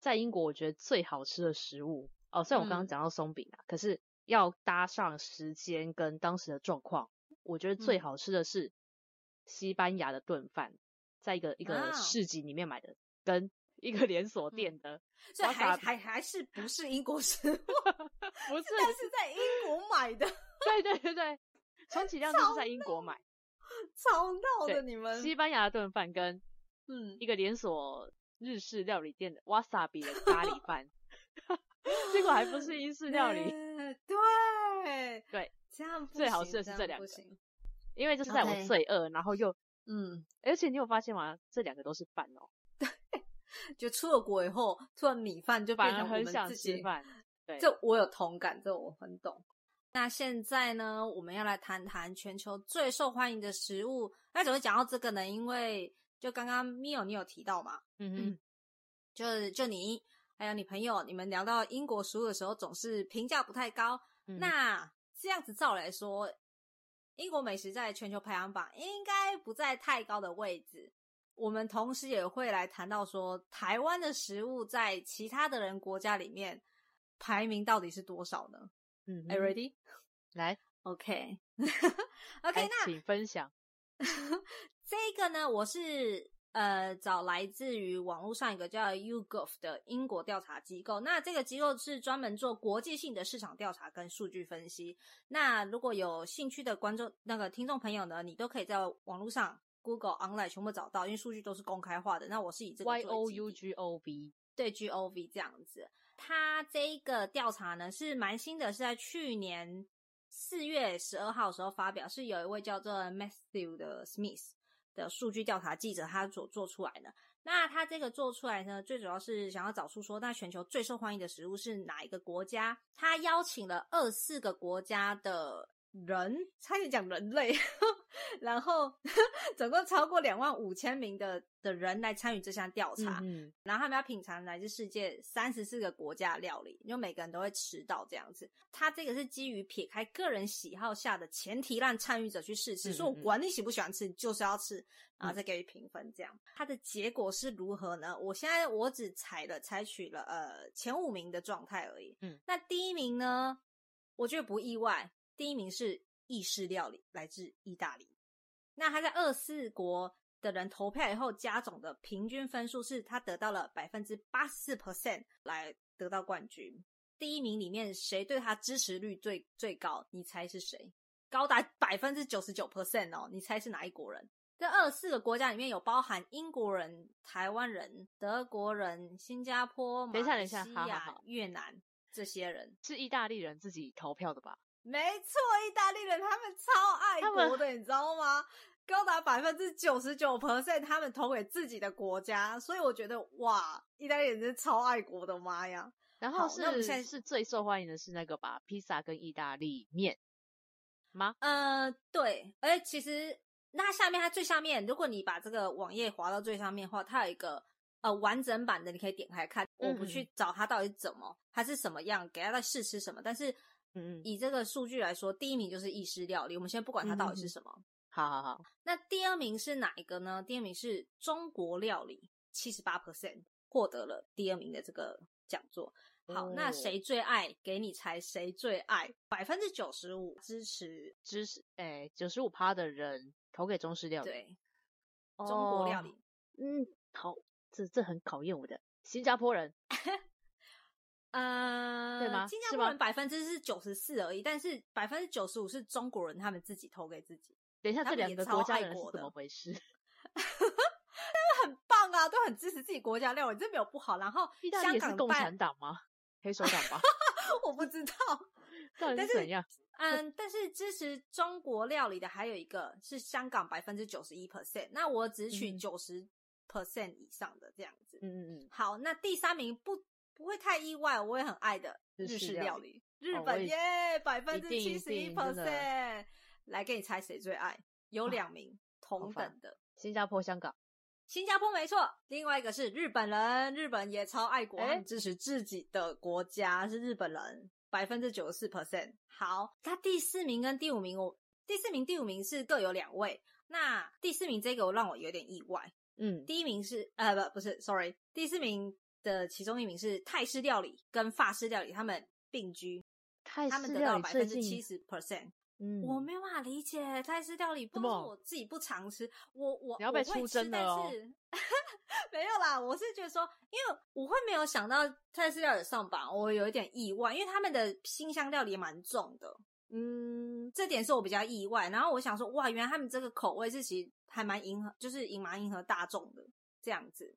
[SPEAKER 2] 在英国，我觉得最好吃的食物哦，虽然我刚刚
[SPEAKER 3] 嗯
[SPEAKER 2] 讲到松饼啊，可是要搭上时间跟当时的状况，我觉得最
[SPEAKER 3] 嗯
[SPEAKER 2] 好吃的是西班牙的炖饭，在一个一个
[SPEAKER 3] 啊
[SPEAKER 2] 市集里面买的，跟一个连锁
[SPEAKER 3] 嗯
[SPEAKER 2] 店的，
[SPEAKER 3] 所以还
[SPEAKER 2] wasabi
[SPEAKER 3] 还还是不是英国食物，
[SPEAKER 2] 不是，
[SPEAKER 3] 但是在英国买的，
[SPEAKER 2] 对对对对，充其量就是在英国买。
[SPEAKER 3] 超闹
[SPEAKER 2] 对
[SPEAKER 3] 的你们。
[SPEAKER 2] 西班牙的炖饭跟
[SPEAKER 3] 嗯
[SPEAKER 2] 一，个连锁日式料理店的 wasabi 的咖喱饭， 结果还不是英式料理，
[SPEAKER 3] 呃对
[SPEAKER 2] 对，
[SPEAKER 3] 这样不
[SPEAKER 2] 最好
[SPEAKER 3] 行
[SPEAKER 2] 吃的是
[SPEAKER 3] 样
[SPEAKER 2] 这两
[SPEAKER 3] 不
[SPEAKER 2] 个
[SPEAKER 3] 行
[SPEAKER 2] 因为就是在我
[SPEAKER 3] OK
[SPEAKER 2] 最饿，然后又
[SPEAKER 3] 嗯，
[SPEAKER 2] 而且你有发现吗？这两个都是饭哦，
[SPEAKER 3] 就出了国以后，突然米饭就变
[SPEAKER 2] 反而
[SPEAKER 3] 成我
[SPEAKER 2] 很
[SPEAKER 3] 们
[SPEAKER 2] 想
[SPEAKER 3] 自
[SPEAKER 2] 吃
[SPEAKER 3] 己。
[SPEAKER 2] 饭。对，
[SPEAKER 3] 这我有同感，这我很懂。那现在呢，我们要来谈谈全球最受欢迎的食物。那怎么会讲到这个呢？因为就刚刚 Mio 你有提到嘛，
[SPEAKER 2] 嗯
[SPEAKER 3] 就就你还有你朋友，你们聊到英国食物的时候，总是评价不太高。
[SPEAKER 2] 哼，
[SPEAKER 3] 那这样子照来说，英国美食在全球排行榜应该不在太高的位置。我们同时也会来谈到说，台湾的食物在其他的人国家里面排名到底是多少呢？
[SPEAKER 2] 嗯哼
[SPEAKER 3] 哎、r e a d y
[SPEAKER 2] 来
[SPEAKER 3] o k
[SPEAKER 2] 来
[SPEAKER 3] OK，那
[SPEAKER 2] 请分享。
[SPEAKER 3] 这个呢，我是呃找来自于网络上一个叫 YouGov 的英国调查机构。那这个机构是专门做国际性的市场调查跟数据分析。那如果有兴趣的观众那个听众朋友呢，你都可以在网络上。 Google Online 全部找到，因为数据都是公开化的。那我是以这个
[SPEAKER 2] ，Y
[SPEAKER 3] 作为
[SPEAKER 2] O
[SPEAKER 3] 基
[SPEAKER 2] U
[SPEAKER 3] 地
[SPEAKER 2] G O B，
[SPEAKER 3] 对 GOV 这样子。它这一个调查呢是蛮新的，是在去年四月十二号的时候发表，是有一位叫做 Matthew 的 Smith 的数据调查记者他所做出来的。那他这个做出来呢，最主要是想要找出说，那全球最受欢迎的食物是哪一个国家？他邀请了二四个国家的人，差点讲人类， 然后 总共超过两万五千名的的人来参与这项调查。
[SPEAKER 2] 嗯
[SPEAKER 3] 然后他们要品尝来自世界三十四个国家的料理，就每个人都会吃到这样子。他这个是基于撇开个人喜好下的前提，让参与者去试吃，
[SPEAKER 2] 嗯
[SPEAKER 3] 说我
[SPEAKER 2] 嗯
[SPEAKER 3] 管你喜不喜欢吃，你就是要吃，然后再给予评分。这样，它的结果是如何呢？我现在我只采了采取了呃前五名的状态而已。
[SPEAKER 2] 嗯，
[SPEAKER 3] 那第一名呢，我觉得不意外，第一名是意式料理，来自意大利。那他在二四国的人投票以后，加总的平均分数是他得到了百分之八四 percent 来得到冠军。第一名里面谁对他支持率最最高？你猜是谁？高达百分之九十九 percent 哦！你猜是哪一国人？这二十四个国家里面有包含英国人、台湾人、德国人、新加坡、马
[SPEAKER 2] 等一下
[SPEAKER 3] 来
[SPEAKER 2] 等一下
[SPEAKER 3] 西
[SPEAKER 2] 好好
[SPEAKER 3] 亚
[SPEAKER 2] 好
[SPEAKER 3] 越南这些人。
[SPEAKER 2] 是意大利人自己投票的吧？
[SPEAKER 3] 没错，意大利人他们超爱国的，你知道吗？高达百分之九十九 percent 他们投给自己的国家，所以我觉得哇，意大利人真是超爱国的，妈呀！
[SPEAKER 2] 然
[SPEAKER 3] 好
[SPEAKER 2] 后
[SPEAKER 3] 那我们
[SPEAKER 2] 是
[SPEAKER 3] 现在
[SPEAKER 2] 是最受欢迎的是那个吧，披萨跟意大利面吗？
[SPEAKER 3] 呃，对，而且其实那下面它最下面，如果你把这个网页滑到最上面的话，它有一个呃完整版的，你可以点开看。我不
[SPEAKER 2] 嗯
[SPEAKER 3] 去找它到底是怎么，它是什么样，给它在试吃什么，但是。
[SPEAKER 2] 嗯嗯
[SPEAKER 3] 以这个数据来说，第一名就是意式料理。我们先不管它到底是什么，
[SPEAKER 2] 好好好，
[SPEAKER 3] 那第二名是哪一个呢？第二名是中国料理，七十八 percent 获得了第二名的这个讲座。好，
[SPEAKER 2] 哦
[SPEAKER 3] 那谁最爱？给你猜，谁最爱？百分之九十五支持
[SPEAKER 2] 知识诶，哎九十五趴的人投给中式料理，
[SPEAKER 3] 对中国料理。
[SPEAKER 2] 哦嗯，好，这这很考验我的新加坡人，
[SPEAKER 3] 呃，
[SPEAKER 2] 对吗
[SPEAKER 3] 新加
[SPEAKER 2] 是
[SPEAKER 3] 坡
[SPEAKER 2] 吗
[SPEAKER 3] 人百分之是九十四而已，但是百分之九十五是中国人他们自己投给自己，
[SPEAKER 2] 等一下
[SPEAKER 3] 他
[SPEAKER 2] 这
[SPEAKER 3] 们
[SPEAKER 2] 两
[SPEAKER 3] 也
[SPEAKER 2] 个
[SPEAKER 3] 超
[SPEAKER 2] 国家
[SPEAKER 3] 爱
[SPEAKER 2] 的人是
[SPEAKER 3] 国
[SPEAKER 2] 怎
[SPEAKER 3] 的
[SPEAKER 2] 么回事？
[SPEAKER 3] 很棒啊，都很支持自己国家料理，这没有不好。然后
[SPEAKER 2] 意大利
[SPEAKER 3] 香
[SPEAKER 2] 也是
[SPEAKER 3] 港
[SPEAKER 2] 共
[SPEAKER 3] 办
[SPEAKER 2] 产，党吗？黑手党 吧？
[SPEAKER 3] 我不知道。
[SPEAKER 2] 到底是
[SPEAKER 3] 但是
[SPEAKER 2] 怎样？
[SPEAKER 3] 嗯，但是支持中国料理的还有一个是香港百分之九十一 percent，那我只取
[SPEAKER 2] 嗯
[SPEAKER 3] 九十 percent 以上的这样子。
[SPEAKER 2] 嗯嗯嗯，
[SPEAKER 3] 好，那第三名不不会太意外，我也很爱的
[SPEAKER 2] 日
[SPEAKER 3] 式
[SPEAKER 2] 式
[SPEAKER 3] 料
[SPEAKER 2] 料
[SPEAKER 3] 理，日
[SPEAKER 2] 哦我
[SPEAKER 3] 本
[SPEAKER 2] 也
[SPEAKER 3] 耶，百分
[SPEAKER 2] 一
[SPEAKER 3] 之
[SPEAKER 2] 定
[SPEAKER 3] 七
[SPEAKER 2] 一
[SPEAKER 3] 十一
[SPEAKER 2] 定真的
[SPEAKER 3] percent。来给你猜谁最爱，有
[SPEAKER 2] 啊
[SPEAKER 3] 两名同
[SPEAKER 2] 烦
[SPEAKER 3] 等的。
[SPEAKER 2] 新加坡、香港，
[SPEAKER 3] 新加坡没错，另外一个是日本人，日本也超爱国，
[SPEAKER 2] 诶
[SPEAKER 3] 他们支持自己的国家是日本人，百分之九十四 percent。好，他第四名跟第五名，我第四名、第五名是各有两位。那第四名这个我让我有点意外，
[SPEAKER 2] 嗯，
[SPEAKER 3] 第一名是呃不不是，sorry，第四名的其中一名是泰式料理跟法式料理，他们并居，
[SPEAKER 2] 泰
[SPEAKER 3] 他们
[SPEAKER 2] 式
[SPEAKER 3] 得
[SPEAKER 2] 料
[SPEAKER 3] 到
[SPEAKER 2] 理
[SPEAKER 3] 百
[SPEAKER 2] 最
[SPEAKER 3] 分之
[SPEAKER 2] 近
[SPEAKER 3] 七十 percent。
[SPEAKER 2] 嗯，
[SPEAKER 3] 我没有办法理解泰式料理，不
[SPEAKER 2] 怎
[SPEAKER 3] 知道
[SPEAKER 2] 么
[SPEAKER 3] 是我自己不常吃，我我
[SPEAKER 2] 你要被
[SPEAKER 3] 我会
[SPEAKER 2] 出
[SPEAKER 3] 吃
[SPEAKER 2] 征了哦
[SPEAKER 3] 但是 没有啦，我是觉得说，因为我会没有想到泰式料理上榜，我有一点意外，因为他们的辛香料理也蛮重的，嗯，这点是我比较意外。然后我想说，哇，原来他们这个口味是其实还蛮迎合，就是迎蛮迎合大众的这样子。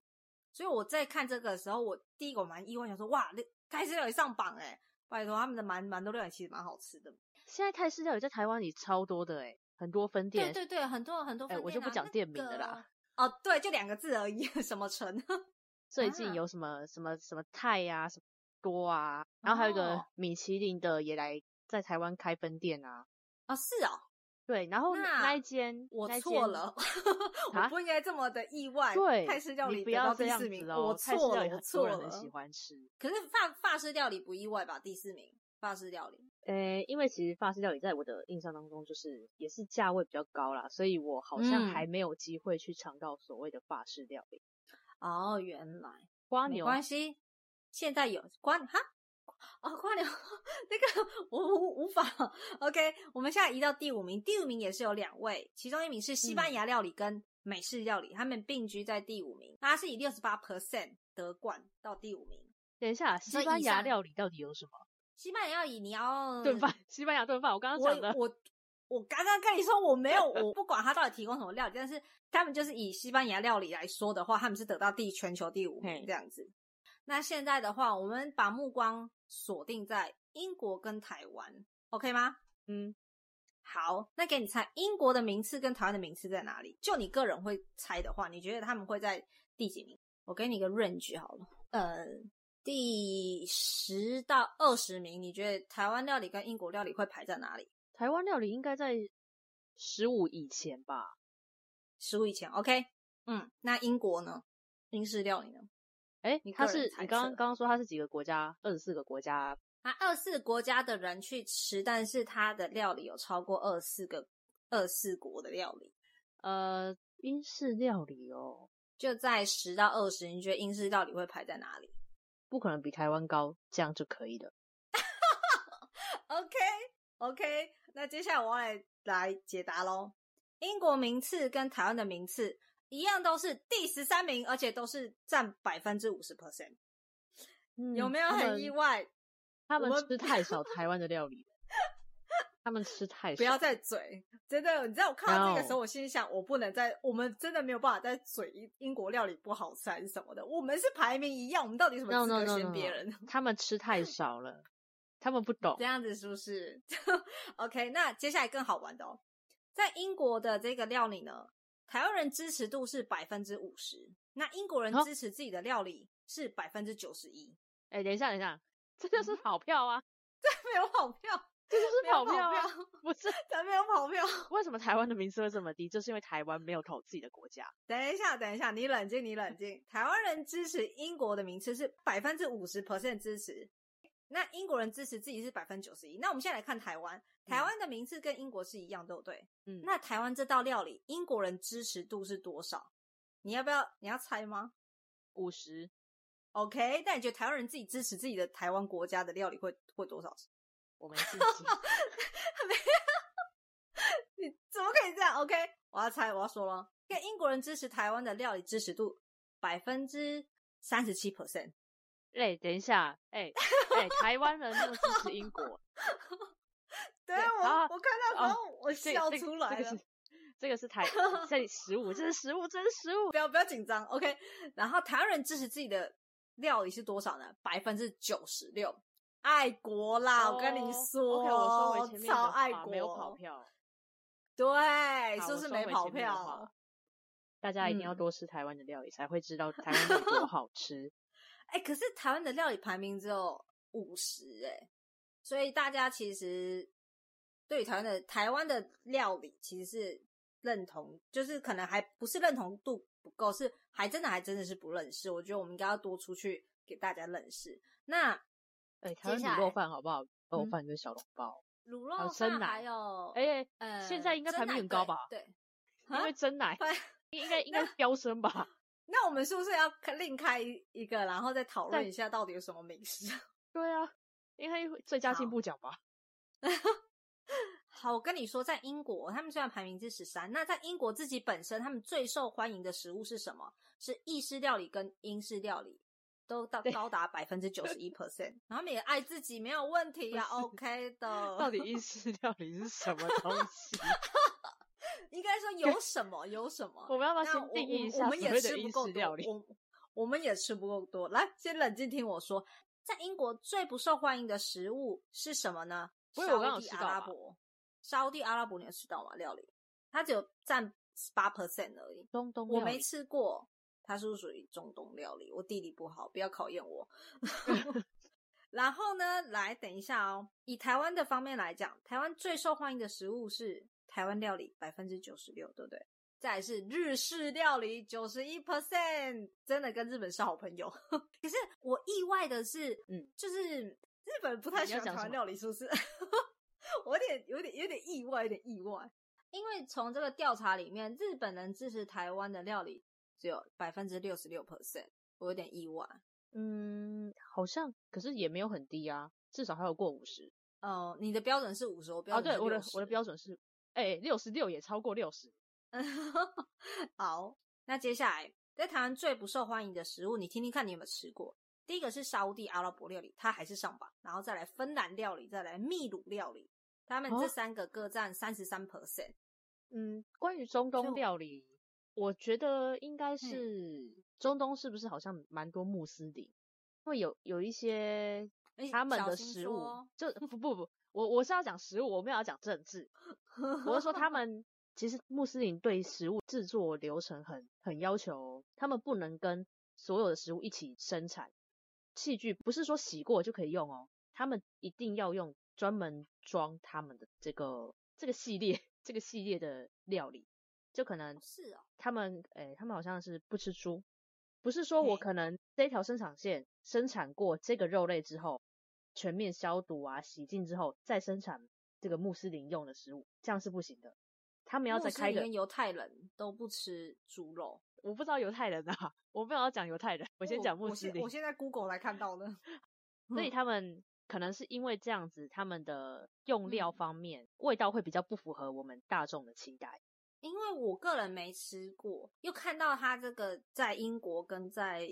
[SPEAKER 3] 所以我在看这个的时候，我第一个我蛮意外，想说，哇，泰式料理上榜哎、拜托，他们的蛮蛮多料理其实蛮好吃的。
[SPEAKER 2] 现在泰式料理在台湾也超多的诶，很多分店，
[SPEAKER 3] 对对对，很多很多
[SPEAKER 2] 哎
[SPEAKER 3] 分店、啊
[SPEAKER 2] 我就不讲店名了啦。
[SPEAKER 3] 那个哦，对，就两个字而已，什 么城？
[SPEAKER 2] 最近
[SPEAKER 3] 啊
[SPEAKER 2] 有什么、什么什么泰呀、什么多啊，然后还有一
[SPEAKER 3] 哦
[SPEAKER 2] 个米其林的也来在台湾开分店啊。
[SPEAKER 3] 哦，是哦，
[SPEAKER 2] 对，然后
[SPEAKER 3] 那
[SPEAKER 2] 那一间
[SPEAKER 3] 我
[SPEAKER 2] 那一
[SPEAKER 3] 错
[SPEAKER 2] 间
[SPEAKER 3] 了，
[SPEAKER 2] 啊
[SPEAKER 3] 我不应该这么的意外。
[SPEAKER 2] 对，
[SPEAKER 3] 哎泰式料理
[SPEAKER 2] 你不
[SPEAKER 3] 得
[SPEAKER 2] 要
[SPEAKER 3] 到
[SPEAKER 2] 这
[SPEAKER 3] 第
[SPEAKER 2] 样
[SPEAKER 3] 四名，
[SPEAKER 2] 子哦。
[SPEAKER 3] 我
[SPEAKER 2] 泰式
[SPEAKER 3] 错
[SPEAKER 2] 料
[SPEAKER 3] 了，
[SPEAKER 2] 理很
[SPEAKER 3] 我
[SPEAKER 2] 多
[SPEAKER 3] 错
[SPEAKER 2] 人
[SPEAKER 3] 了。
[SPEAKER 2] 很喜欢吃，
[SPEAKER 3] 可是法法式料理不意外吧？第四名，法式料理。
[SPEAKER 2] 呃，因为其实法式料理在我的印象当中，就是也是价位比较高啦，所以我好像
[SPEAKER 3] 嗯
[SPEAKER 2] 还没有机会去尝到所谓的法式料理。
[SPEAKER 3] 哦，原来
[SPEAKER 2] 瓜
[SPEAKER 3] 没
[SPEAKER 2] 牛
[SPEAKER 3] 关系，现在有关哈。哦，瓜 牛，那个我无无法。OK，我们现在移到第五名，第五名也是有两位，其中一名是西
[SPEAKER 2] 嗯
[SPEAKER 3] 班牙料理跟美式料理，他们并居在第五名，那他是以六十八 percent 得冠到第五名。
[SPEAKER 2] 等一下，
[SPEAKER 3] 说
[SPEAKER 2] 西
[SPEAKER 3] 以
[SPEAKER 2] 班牙
[SPEAKER 3] 上
[SPEAKER 2] 料理到底有什么？
[SPEAKER 3] 西班牙料理你要
[SPEAKER 2] 炖饭，西班牙炖饭，我刚刚
[SPEAKER 3] 嗯我
[SPEAKER 2] 讲的
[SPEAKER 3] 我我刚刚跟你说我没有，我不管他到底提供什么料理，但是他们就是以西班牙料理来说的话，他们是得到第全球第五名
[SPEAKER 2] 嘿
[SPEAKER 3] 这样子。那现在的话，我们把目光锁定在英国跟台湾，OK 吗？
[SPEAKER 2] 嗯，
[SPEAKER 3] 好，那给你猜，英国的名次跟台湾的名次在哪里？就你个人会猜的话，你觉得他们会在第几名？我给你一个 range 好了，呃，第十到二十名，你觉得台湾料理跟英国料理会排在哪里？
[SPEAKER 2] 台湾料理应该在十五以前吧？
[SPEAKER 3] 十五以前，OK？嗯，那英国呢？英式料理呢？
[SPEAKER 2] 哎
[SPEAKER 3] 你，
[SPEAKER 2] 它
[SPEAKER 3] 个人
[SPEAKER 2] 是
[SPEAKER 3] 猜
[SPEAKER 2] 你刚
[SPEAKER 3] 测
[SPEAKER 2] 刚刚刚说它是几个国家？二十四个国家，
[SPEAKER 3] 啊，二四国家的人去吃，但是他的料理有超过二四个二四国的料理，
[SPEAKER 2] 呃，英式料理哦，
[SPEAKER 3] 就在十到二十，你觉得英式料理会排在哪 里？
[SPEAKER 2] 不可能比台湾高，这样就可以了。
[SPEAKER 3] OK OK，那接下来我要来来解答喽。英国名次跟台湾的名次一样，都是第十三名，而且都是占百分之五十 percent，
[SPEAKER 2] 嗯
[SPEAKER 3] 有没有很意？外？
[SPEAKER 2] 他们他
[SPEAKER 3] 我们
[SPEAKER 2] 们吃太少台湾的料理了，他们吃太少。
[SPEAKER 3] 不要再嘴，真的，你知道我看到这个时候，我心里想，我不能再，我们真的没有办法再嘴英英国料理不好吃还是什么的，我们是排名一样，我们到底什么
[SPEAKER 2] no
[SPEAKER 3] 资
[SPEAKER 2] no
[SPEAKER 3] 格
[SPEAKER 2] no
[SPEAKER 3] 嫌
[SPEAKER 2] no，
[SPEAKER 3] 别人
[SPEAKER 2] no，他们吃太少了，他们不懂
[SPEAKER 3] 这。样子是不是？OK，那接下来更好玩的哦，在英国的这个料理呢，台湾人支持度是百分之五十，那英国人
[SPEAKER 2] 哦
[SPEAKER 3] 支持自己的料理是百分之九十一，
[SPEAKER 2] 哎，等一下，等一下，这
[SPEAKER 3] 嗯
[SPEAKER 2] 就是跑票啊，
[SPEAKER 3] 没有跑票，
[SPEAKER 2] 这就是
[SPEAKER 3] 没有
[SPEAKER 2] 跑
[SPEAKER 3] 跑
[SPEAKER 2] 票啊，
[SPEAKER 3] 票，
[SPEAKER 2] 不是
[SPEAKER 3] 咱没有跑票。
[SPEAKER 2] 为什么台湾的名次会这么低？就是因为台湾没有投自己的国家。
[SPEAKER 3] 等一下，等一下，你冷静，你冷静。台湾人支持英国的名次是百分之五十 percent 支持，那英国人支持自己是百分之九十一。那我们现在来看台湾，台湾的名次跟英国是一样，对不对？
[SPEAKER 2] 嗯，
[SPEAKER 3] 那台湾这道料理，英国人支持度是多少？你要不要？你要猜吗
[SPEAKER 2] 五十
[SPEAKER 3] ？OK，那你觉得台湾人自己支持自己的台湾国家的料理会会多少？
[SPEAKER 2] 我没信心。
[SPEAKER 3] 你怎么可以这样？OK，我要猜，我要说了，跟英国人支持台湾的料理支持度百分之三十七 percent。
[SPEAKER 2] 哎、等一下，哎、哎、台湾人那么支持英国，对
[SPEAKER 3] 对啊，我、
[SPEAKER 2] 啊
[SPEAKER 3] 我看到之后、 我
[SPEAKER 2] 这
[SPEAKER 3] 笑
[SPEAKER 2] 这
[SPEAKER 3] 出来了。
[SPEAKER 2] 这个是这个是 台这食物，这是食物，这是食物
[SPEAKER 3] 不。要不要紧张，OK。然后台湾人支持自己的料理是多少呢？百分之九十六，爱国啦！啊我跟你
[SPEAKER 2] 哦
[SPEAKER 3] 说
[SPEAKER 2] ，OK，我收回前面的
[SPEAKER 3] 超
[SPEAKER 2] 话
[SPEAKER 3] 爱国，
[SPEAKER 2] 没有跑，票，
[SPEAKER 3] 对，
[SPEAKER 2] 好
[SPEAKER 3] 是
[SPEAKER 2] 我
[SPEAKER 3] 不是
[SPEAKER 2] 收
[SPEAKER 3] 没
[SPEAKER 2] 回
[SPEAKER 3] 跑
[SPEAKER 2] 前面的
[SPEAKER 3] 票
[SPEAKER 2] 话？大家一定要
[SPEAKER 3] 嗯
[SPEAKER 2] 多吃台湾的料理，才会知道台湾有多好吃。
[SPEAKER 3] 哎、可是台湾的料理排名只有五十哎，所以大家其实对于台湾的台湾的料理其实是认同，就是可能还不是认同度不够，是还真的还真的是不认识。我觉得我们应该要多出去给大家认识。那
[SPEAKER 2] 哎、台湾
[SPEAKER 3] 接下
[SPEAKER 2] 卤肉
[SPEAKER 3] 来
[SPEAKER 2] 饭好不好？卤肉
[SPEAKER 3] 嗯
[SPEAKER 2] 饭跟小笼包，
[SPEAKER 3] 卤
[SPEAKER 2] 还
[SPEAKER 3] 肉
[SPEAKER 2] 有生
[SPEAKER 3] 饭
[SPEAKER 2] 奶
[SPEAKER 3] 还有
[SPEAKER 2] 哎、
[SPEAKER 3] 呃，
[SPEAKER 2] 现在应该
[SPEAKER 3] 蒸
[SPEAKER 2] 排名
[SPEAKER 3] 奶
[SPEAKER 2] 很高
[SPEAKER 3] 对
[SPEAKER 2] 吧
[SPEAKER 3] 对，
[SPEAKER 2] 因为真 奶
[SPEAKER 3] 反
[SPEAKER 2] 应该应该飙升吧？
[SPEAKER 3] 那我们是不是要开另开一个，然后再讨论
[SPEAKER 2] 对
[SPEAKER 3] 一下到底有什么美食？
[SPEAKER 2] 对啊，应该会最佳进
[SPEAKER 3] 好
[SPEAKER 2] 步奖吧？
[SPEAKER 3] 好，我跟你说，在英国，他们虽然排名是十三，那在英国自己本身，他们最受欢迎的食物是什么？是意式料理跟英式料理，都到
[SPEAKER 2] 对
[SPEAKER 3] 高达百分之九十一 percent。然后他们也爱自己，没有问题啊
[SPEAKER 2] 不是
[SPEAKER 3] ，OK 的。
[SPEAKER 2] 到底英式料理是什么东西？
[SPEAKER 3] 应该说有什么有什么？
[SPEAKER 2] 我们要不要
[SPEAKER 3] 那
[SPEAKER 2] 先
[SPEAKER 3] 我
[SPEAKER 2] 定义一
[SPEAKER 3] 我
[SPEAKER 2] 下
[SPEAKER 3] 我们
[SPEAKER 2] 所
[SPEAKER 3] 也
[SPEAKER 2] 谓的
[SPEAKER 3] 吃不
[SPEAKER 2] 英
[SPEAKER 3] 够
[SPEAKER 2] 式
[SPEAKER 3] 多
[SPEAKER 2] 料，理？
[SPEAKER 3] 我我们也吃不够多。来，先冷静听我说，在英国最不受欢迎的食物是什么呢？
[SPEAKER 2] 不会我
[SPEAKER 3] 沙
[SPEAKER 2] 刚好
[SPEAKER 3] 地
[SPEAKER 2] 吃
[SPEAKER 3] 阿
[SPEAKER 2] 到
[SPEAKER 3] 拉
[SPEAKER 2] 吧
[SPEAKER 3] 伯，沙地阿拉伯你有吃到吗？料理它只有占八 percent 而已，
[SPEAKER 2] 中东
[SPEAKER 3] 我
[SPEAKER 2] 料
[SPEAKER 3] 没
[SPEAKER 2] 理
[SPEAKER 3] 吃过，它是属于中东料理。我地理不好，不要考验我。然后呢，来等一下哦。以台湾的方面来讲，台湾最受欢迎的食物是台湾料理，百分之九十六，对不对？再来是日式料理，九十一 percent，真的跟日本是好朋友。 可是我意外的是，嗯
[SPEAKER 2] 嗯，
[SPEAKER 3] 就是日本不太喜欢
[SPEAKER 2] 你要讲
[SPEAKER 3] 台
[SPEAKER 2] 什
[SPEAKER 3] 湾
[SPEAKER 2] 么
[SPEAKER 3] 料理，是不是？ 我有点、有点、有点意外，有点意外。因为从这个调查里面，日本人支持台湾的料理只有百分之六十六 percent，我有点意外。
[SPEAKER 2] 嗯，好像可是也没有很低啊，至少还有过五十。
[SPEAKER 3] 哦、你的标准是五十，我标
[SPEAKER 2] 啊，
[SPEAKER 3] 准
[SPEAKER 2] 对，
[SPEAKER 3] 是
[SPEAKER 2] 我的
[SPEAKER 3] 60
[SPEAKER 2] 我的标准是，哎、六十六也超过六十。
[SPEAKER 3] 好，那接下来在台湾最不受欢迎的食物，你听听看你有没有吃过？第一个是沙烏地阿拉伯料理，它还是上榜，然后再来芬兰料理，再来秘鲁料理，他们
[SPEAKER 2] 哦
[SPEAKER 3] 这三个各占三十三 percent。
[SPEAKER 2] 嗯，关于中
[SPEAKER 3] 以
[SPEAKER 2] 东
[SPEAKER 3] 我嗯
[SPEAKER 2] 料理，我觉得应该是中东是不是好像蛮多穆斯林，因为有有一些
[SPEAKER 3] 哎
[SPEAKER 2] 他们
[SPEAKER 3] 小
[SPEAKER 2] 的
[SPEAKER 3] 心
[SPEAKER 2] 食物
[SPEAKER 3] 说，
[SPEAKER 2] 就不不不，我我是要讲食物，我没有要讲政治，我是说 他们其实穆斯林对食物制作流程很很要求，他们不能跟所有的食物一起生产，器具不是说洗过就可以用哦，他们一定要用专门装他们的这个这个系列 这个系列的料理，就可能
[SPEAKER 3] 是哦，
[SPEAKER 2] 他们诶、他们好像是不吃猪，不是说我
[SPEAKER 3] 嘿
[SPEAKER 2] 可能这条生产线生产过这个肉类之后，全面消毒啊、洗净之后再生产这个穆斯林用的食物，这样是不行的。他们要
[SPEAKER 3] 穆
[SPEAKER 2] 再
[SPEAKER 3] 斯
[SPEAKER 2] 开一
[SPEAKER 3] 林
[SPEAKER 2] 个
[SPEAKER 3] 跟，犹太人都不吃猪肉。
[SPEAKER 2] 我不知道犹太人啊，我没有要讲犹太人，我先讲穆斯
[SPEAKER 3] 现
[SPEAKER 2] 林
[SPEAKER 3] 哦我。现在 Google 来看到了，
[SPEAKER 2] 所以
[SPEAKER 3] 嗯
[SPEAKER 2] 他们可能是因为这样子，他们的用料
[SPEAKER 3] 嗯
[SPEAKER 2] 方面、味道会比较不符合我们大众的期待。
[SPEAKER 3] 因为我个人没吃过，又看到它这个在英国跟在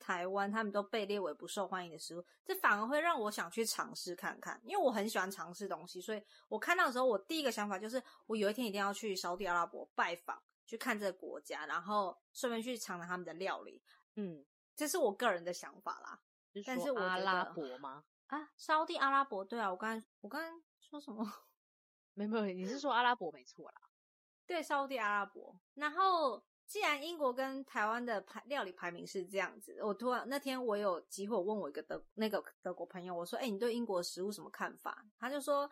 [SPEAKER 3] 台湾，他们都被列为不受欢迎的食物，这反而会让我想去尝试看看，因为我很喜欢尝试东西，所以我看到的时候，我第一个想法就是，我有一天一定要去沙地阿拉伯拜访，去看这个国家，然后顺便去尝尝他们的料理，
[SPEAKER 2] 嗯，
[SPEAKER 3] 这是我个人的想法啦。
[SPEAKER 2] 就是
[SPEAKER 3] 但
[SPEAKER 2] 说
[SPEAKER 3] 是我
[SPEAKER 2] 阿
[SPEAKER 3] 觉
[SPEAKER 2] 拉
[SPEAKER 3] 得
[SPEAKER 2] 伯吗？
[SPEAKER 3] 啊，沙地阿拉伯，对啊，我刚才我刚才说什么？
[SPEAKER 2] 没没有，你是说阿拉伯没错 啦。
[SPEAKER 3] 对，沙烏地阿拉伯。然后，既然英国跟台湾的排料理排名是这样子，我突然那天我有机会我问我一个德那个德国朋友，我说：“哎、你对英国食物什么看法？”他就说：“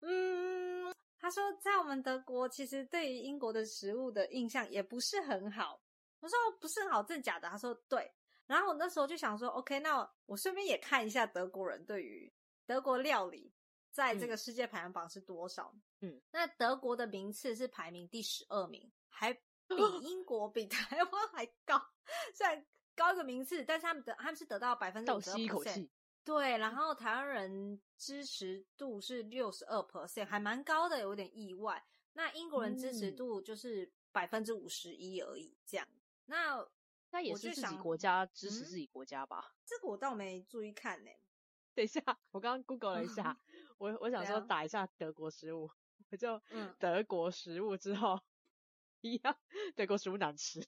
[SPEAKER 3] 嗯，他说在我们德国，其实对于英国的食物的印象也不是很好。”我说：“哦不是很好，真假的？”他说：“对。”然后我那时候就想说：“OK，那我顺便也看一下德国人对于德国料理在这个世界排行榜是多少。”
[SPEAKER 2] 嗯，
[SPEAKER 3] 那德国的名次是排名第十二名， 还比英国、比台湾还高， 虽然高一个名次，但是他们得他们是得到百分之
[SPEAKER 2] 倒
[SPEAKER 3] 五十
[SPEAKER 2] 吸一口气。
[SPEAKER 3] 对，
[SPEAKER 2] 嗯
[SPEAKER 3] 然后台湾人支持度是六十二 percent，还蛮高的，有点意外。那英国人支持
[SPEAKER 2] 嗯
[SPEAKER 3] 度就是百分之五十一而已，这样。那
[SPEAKER 2] 那也
[SPEAKER 3] 我
[SPEAKER 2] 是
[SPEAKER 3] 就
[SPEAKER 2] 自己
[SPEAKER 3] 想
[SPEAKER 2] 国家支持
[SPEAKER 3] 嗯
[SPEAKER 2] 自己国家吧。
[SPEAKER 3] 这个我倒没注意看呢、
[SPEAKER 2] 等一下，我刚刚 Google 了一 下，我我想
[SPEAKER 3] 怎
[SPEAKER 2] 说
[SPEAKER 3] 样
[SPEAKER 2] 打一下德国食物，我就
[SPEAKER 3] 嗯
[SPEAKER 2] 德国食物之后 一样，德国食物难吃。